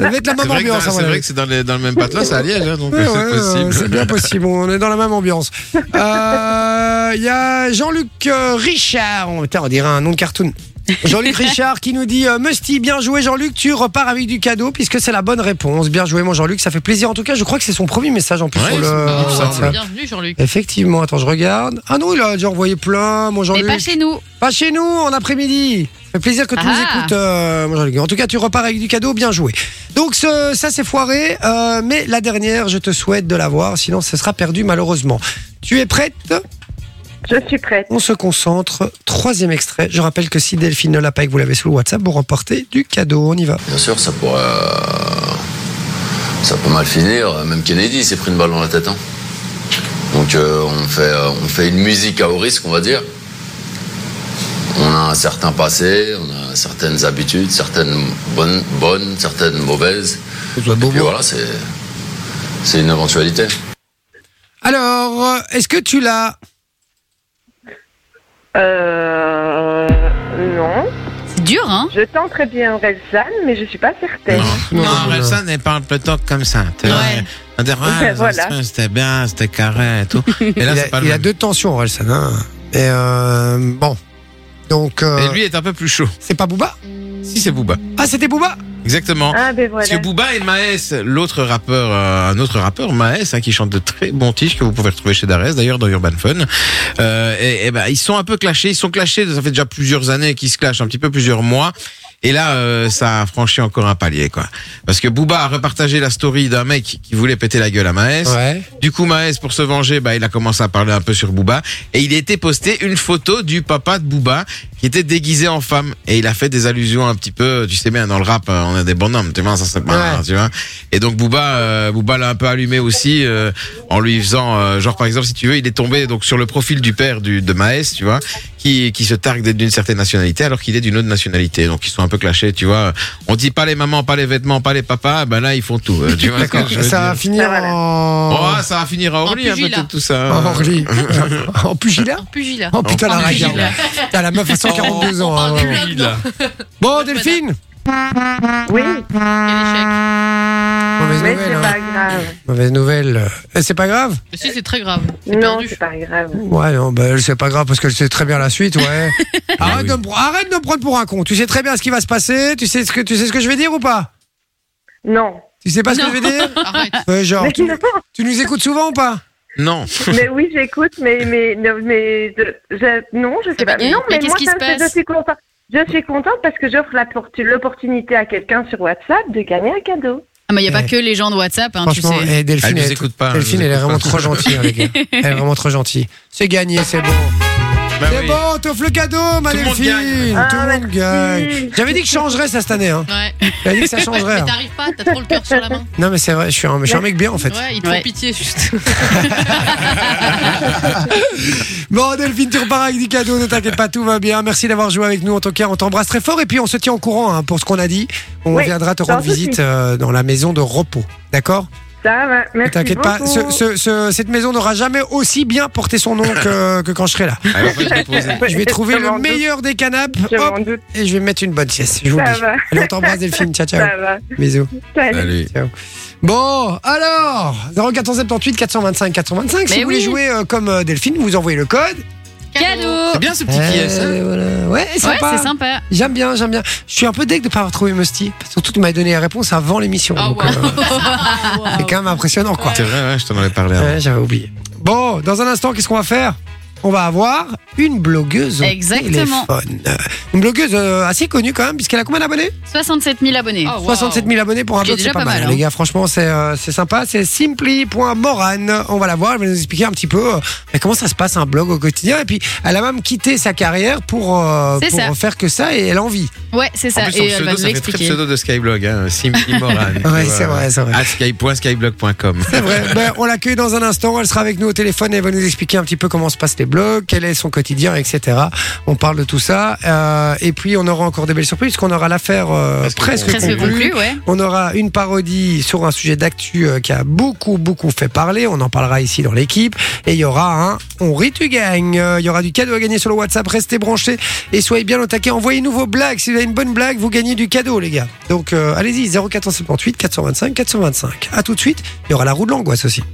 Speaker 1: devait être la
Speaker 2: C'est
Speaker 1: même
Speaker 2: vrai
Speaker 1: ambiance,
Speaker 2: que dans-
Speaker 1: à mon
Speaker 2: c'est
Speaker 1: avis.
Speaker 2: vrai que c'est dans, les- dans le même patelin, c'est à Liège, hein, donc
Speaker 1: Ouais,
Speaker 2: c'est
Speaker 1: ouais, euh, c'est
Speaker 2: possible.
Speaker 1: bien possible, on est dans la même ambiance. Euh, Il y a Jean-Luc euh, Richard, on, putain, on dirait un nom de cartoon. Jean-Luc Richard qui nous dit euh, Musty, bien joué Jean-Luc, tu repars avec du cadeau puisque c'est la bonne réponse. Bien joué mon Jean-Luc, ça fait plaisir. En tout cas, je crois que c'est son premier message en plus
Speaker 2: Ouais,
Speaker 1: sur
Speaker 2: c'est
Speaker 1: le
Speaker 2: pas
Speaker 7: Oh,
Speaker 2: mal,
Speaker 1: WhatsApp.
Speaker 2: ça.
Speaker 7: bienvenue, Jean-Luc.
Speaker 1: Effectivement, attends, je regarde. Ah non, il a déjà envoyé plein, mon
Speaker 3: Mais
Speaker 1: Jean-Luc.
Speaker 3: pas chez nous.
Speaker 1: Pas chez nous, en après-midi. Ça fait plaisir que tu
Speaker 3: Ah.
Speaker 1: nous écoutes, euh, mon Jean-Luc. En tout cas, tu repars avec du cadeau, bien joué. Donc, ce- ça, c'est foiré. euh, mais la dernière, je te souhaite de l'avoir, sinon, ce sera perdu, malheureusement. Tu es prête
Speaker 6: Je suis prête.
Speaker 1: On se concentre. Troisième extrait. Je rappelle que si Delphine ne l'a pas et que vous l'avez sous le WhatsApp, vous remportez du cadeau. On y va.
Speaker 10: Bien sûr, ça pourrait. Ça peut mal finir. Même Kennedy s'est pris une balle dans la tête. hein. Donc euh, on, fait, euh, on fait une musique à haut risque, on va dire. On a un certain passé, on a certaines habitudes, certaines bonnes, bonnes certaines mauvaises. Et puis voilà, c'est c'est une éventualité.
Speaker 1: Alors, euh, est-ce que tu l'as
Speaker 6: Euh. Non.
Speaker 3: C'est dur, hein
Speaker 6: Je tenterai bien Relsan, mais je suis pas certaine.
Speaker 1: Non,
Speaker 2: Non,
Speaker 1: non,
Speaker 2: Relsan, elle parle plutôt comme ça. tu vois.
Speaker 3: Ouais.
Speaker 2: Elle dit, Ah,
Speaker 6: Ouais,
Speaker 2: les
Speaker 6: voilà.
Speaker 2: instruments, C'était bien, c'était carré et tout. Et là,
Speaker 1: il,
Speaker 2: c'est pas
Speaker 1: a,
Speaker 2: le
Speaker 1: il a
Speaker 2: même.
Speaker 1: deux tensions, Orelsan. hein. Et euh, bon. Donc, euh,
Speaker 2: Et lui est un peu plus chaud.
Speaker 1: c'est pas Booba
Speaker 2: Si, c'est Booba.
Speaker 1: Ah, c'était Booba
Speaker 2: Exactement.
Speaker 6: Ah, ben
Speaker 2: Parce
Speaker 6: voilà.
Speaker 2: que Booba et Maes, l'autre rappeur, euh, un autre rappeur, Maes, hein, qui chante de très bons titres que vous pouvez retrouver chez Darès, d'ailleurs dans Urban Fun. Euh, et, et ben, ils sont un peu clashés, ils sont clashés. Ça fait déjà plusieurs années qu'ils se clashent, un petit peu plusieurs mois. Et là, euh, ça a franchi encore un palier, quoi. Parce que Booba a repartagé la story d'un mec qui voulait péter la gueule à Maes.
Speaker 1: Ouais.
Speaker 2: Du coup, Maes, pour se venger, bah, il a commencé à parler un peu sur Booba. Et il a été posté une photo du papa de Booba qui était déguisé en femme. Et il a fait des allusions un petit peu, tu sais bien, dans le rap, euh, on a des bonhommes, tu vois, ça c'est pas,
Speaker 1: Ouais.
Speaker 2: tu vois. Et donc, Booba, euh, Booba l'a un peu allumé aussi, euh, en lui faisant, euh, genre, par exemple, si tu veux, il est tombé, donc, sur le profil du père du, de Maes, tu vois, qui, qui se targue d'être d'une certaine nationalité alors qu'il est d'une autre nationalité. Donc, ils sont un peu clashés, tu vois. On dit pas les mamans, pas les vêtements, pas les papas, ben là, ils font tout, euh, tu vois. ce que
Speaker 1: D'accord.
Speaker 2: je veux
Speaker 1: Ça
Speaker 2: dire.
Speaker 1: va finir
Speaker 6: Ah, voilà.
Speaker 1: en.
Speaker 2: Oh, ça va finir à Orly,
Speaker 7: En
Speaker 2: un peu
Speaker 7: pugilat.
Speaker 2: tout- tout ça. hein.
Speaker 1: En Orly. en pugilat
Speaker 7: Pugilat.
Speaker 1: Oh putain, la
Speaker 2: En
Speaker 1: regarde.
Speaker 7: pugilat.
Speaker 1: Putain, la meuf a 142 ans. hein, vraiment.
Speaker 2: Pugilat.
Speaker 1: Bon, Delphine
Speaker 6: Oui,
Speaker 1: Ah.
Speaker 7: Quel
Speaker 1: Mauvaise
Speaker 6: mais c'est
Speaker 1: nouvelle. hein.
Speaker 6: pas grave.
Speaker 1: Mauvaise nouvelle. Eh, C'est pas grave
Speaker 7: échec. Si, c'est très grave. C'est
Speaker 6: Non,
Speaker 7: perdu.
Speaker 6: c'est pas grave.
Speaker 1: Ouais, non, bah, elle, c'est pas grave parce qu'elle sait très bien la suite, ouais. arrête,
Speaker 2: oui.
Speaker 1: de me, pr- arrête de me prendre pour un con. Tu sais très bien ce qui va se passer. Tu sais ce que, tu sais ce que je vais dire ou pas
Speaker 6: Non.
Speaker 1: Tu sais pas ce que
Speaker 7: Non.
Speaker 1: je vais dire
Speaker 7: Arrête.
Speaker 1: Euh, Genre,
Speaker 6: Mais
Speaker 1: tu,
Speaker 6: non.
Speaker 1: tu nous écoutes souvent ou pas
Speaker 2: Non.
Speaker 6: Mais oui, j'écoute, mais, mais, non, mais je, je- non,
Speaker 1: Eh
Speaker 6: je sais
Speaker 1: ben,
Speaker 6: pas.
Speaker 3: Mais-
Speaker 6: Non,
Speaker 3: mais
Speaker 6: mais
Speaker 3: qu'est-ce
Speaker 6: moi,
Speaker 3: qui
Speaker 6: ça
Speaker 3: se
Speaker 6: me fait-
Speaker 3: passe
Speaker 6: je suis contente. Je suis contente parce que j'offre la por- l'opportunité à quelqu'un sur WhatsApp de gagner un cadeau.
Speaker 3: Ah, mais il n'y a pas
Speaker 1: Eh.
Speaker 3: que les gens de WhatsApp, hein, tu sais.
Speaker 1: Franchement, eh, Delphine,
Speaker 2: Elle nous
Speaker 1: elle,
Speaker 2: écoute pas.
Speaker 1: Delphine,
Speaker 2: elle
Speaker 1: elle
Speaker 2: nous
Speaker 1: est vraiment
Speaker 2: écoute
Speaker 1: trop gentille, hein, les gars. Elle est vraiment trop gentille. C'est gagné, c'est bon.
Speaker 2: Bah
Speaker 1: c'est
Speaker 2: oui.
Speaker 1: bon, on t'offre le cadeau, ma
Speaker 2: Tout le monde
Speaker 1: Delphine.
Speaker 2: gagne.
Speaker 1: Tout le
Speaker 6: Ah,
Speaker 1: monde gagne.
Speaker 6: merci.
Speaker 1: J'avais dit que je changerais ça cette année. Hein.
Speaker 7: Ouais.
Speaker 1: J'avais dit que ça
Speaker 7: Mais
Speaker 1: changerait. hein.
Speaker 7: t'arrives pas, t'as trop le cœur sur la main.
Speaker 1: Non, mais c'est vrai, je suis, un, je suis un mec bien en fait.
Speaker 7: Ouais, ils te font
Speaker 3: Ouais.
Speaker 7: pitié juste.
Speaker 1: Bon, Delphine, tu repars avec du cadeau, ne t'inquiète pas, tout va bien. Merci d'avoir joué avec nous, en tout cas, on t'embrasse très fort et puis on se tient au courant hein, pour ce qu'on a dit. On
Speaker 6: Oui,
Speaker 1: viendra te
Speaker 6: sans
Speaker 1: rendre
Speaker 6: souci.
Speaker 1: visite euh, dans la maison de repos, d'accord
Speaker 6: Ça va,
Speaker 1: Ne
Speaker 6: merci.
Speaker 1: t'inquiète pas,
Speaker 6: beaucoup.
Speaker 1: ce- ce- ce- cette maison n'aura jamais aussi bien porté son nom que, que quand je serai là.
Speaker 2: Elle va pas se déposer.
Speaker 1: Je vais trouver
Speaker 6: Je
Speaker 1: le
Speaker 6: m'en doute.
Speaker 1: meilleur des canapes
Speaker 6: Je
Speaker 1: hop,
Speaker 6: m'en doute,
Speaker 1: et je vais mettre une bonne sieste, je vous le
Speaker 6: ça
Speaker 1: dis. Eh
Speaker 6: va,
Speaker 1: Allez, on t'embrasse, Delphine, ciao, ciao.
Speaker 6: ça va.
Speaker 1: Bisous.
Speaker 6: Salut.
Speaker 2: Allez.
Speaker 1: Bon, alors, 0478 425 425, si
Speaker 3: Mais
Speaker 1: vous voulez
Speaker 3: oui.
Speaker 1: jouer euh, comme euh, Delphine, vous envoyez le code.
Speaker 3: Cadeau
Speaker 2: C'est bien ce petit qui
Speaker 1: Euh,
Speaker 2: est, ça.
Speaker 1: voilà. Ouais,
Speaker 3: hein. Ouais,
Speaker 1: sympa.
Speaker 3: c'est sympa.
Speaker 1: J'aime bien, j'aime bien. Je suis un peu deg de pas avoir trouvé Musty. Surtout, tu m'avais donné la réponse avant l'émission.
Speaker 7: Ah,
Speaker 1: donc,
Speaker 7: wow.
Speaker 1: euh, c'est quand même impressionnant, quoi.
Speaker 2: C'est vrai, ouais, je t'en avais parlé avant.
Speaker 1: Ouais, J'avais oublié. Bon, dans un instant, qu'est-ce qu'on va faire On va avoir une blogueuse au
Speaker 3: Exactement.
Speaker 1: téléphone. Euh, Une blogueuse euh, assez connue quand même, puisqu'elle a combien d'abonnés
Speaker 3: 67 000 abonnés.
Speaker 7: Oh, wow.
Speaker 1: 67 000 abonnés pour un
Speaker 3: Qui est
Speaker 1: blog, c'est
Speaker 3: déjà
Speaker 1: pas,
Speaker 3: pas
Speaker 1: mal. hein,
Speaker 3: mal,
Speaker 1: Les
Speaker 3: hein.
Speaker 1: gars, franchement, c'est euh, c'est sympa. C'est simply.moran. On va la voir. Elle va nous expliquer un petit peu euh, bah, comment ça se passe un blog au quotidien. Et puis, elle a même quitté sa carrière pour, euh,
Speaker 3: C'est
Speaker 1: pour
Speaker 3: ça.
Speaker 1: en faire que ça et elle a envie.
Speaker 3: Ouais, c'est
Speaker 2: En
Speaker 3: ça.
Speaker 2: plus, son
Speaker 3: Et euh, bah, elle
Speaker 2: pseudo,
Speaker 3: va
Speaker 2: ça
Speaker 3: nous
Speaker 2: fait très
Speaker 3: l'expliquer.
Speaker 2: pseudo de Skyblog, hein. Simply Moran. tu vois.
Speaker 1: Ouais, c'est vrai, c'est vrai.
Speaker 2: At sky.skyblog.com.
Speaker 1: C'est vrai. Ben, on l'accueille dans un instant. Elle sera avec nous au téléphone et elle va nous expliquer un petit peu comment se passent les blogs, quel est son quotidien, etc. On parle de tout ça. Euh, et puis, on aura encore des belles surprises, puisqu'on aura l'affaire euh, presque,
Speaker 2: Presque conclue.
Speaker 3: Presque
Speaker 1: conclue.
Speaker 3: conclu, ouais.
Speaker 1: On aura une parodie sur un sujet d'actu euh, qui a beaucoup, beaucoup fait parler. On en parlera ici dans l'équipe. Et il y aura un On rit, tu gagnes. Euh, Il y aura du cadeau à gagner sur le WhatsApp. Restez branchés et soyez bien au taquet. Envoyez-nous vos blagues. Si vous avez une bonne blague, vous gagnez du cadeau, les gars. Donc, euh, allez-y, 0478 425 425. À tout de suite. Il y aura la roue de l'angoisse aussi.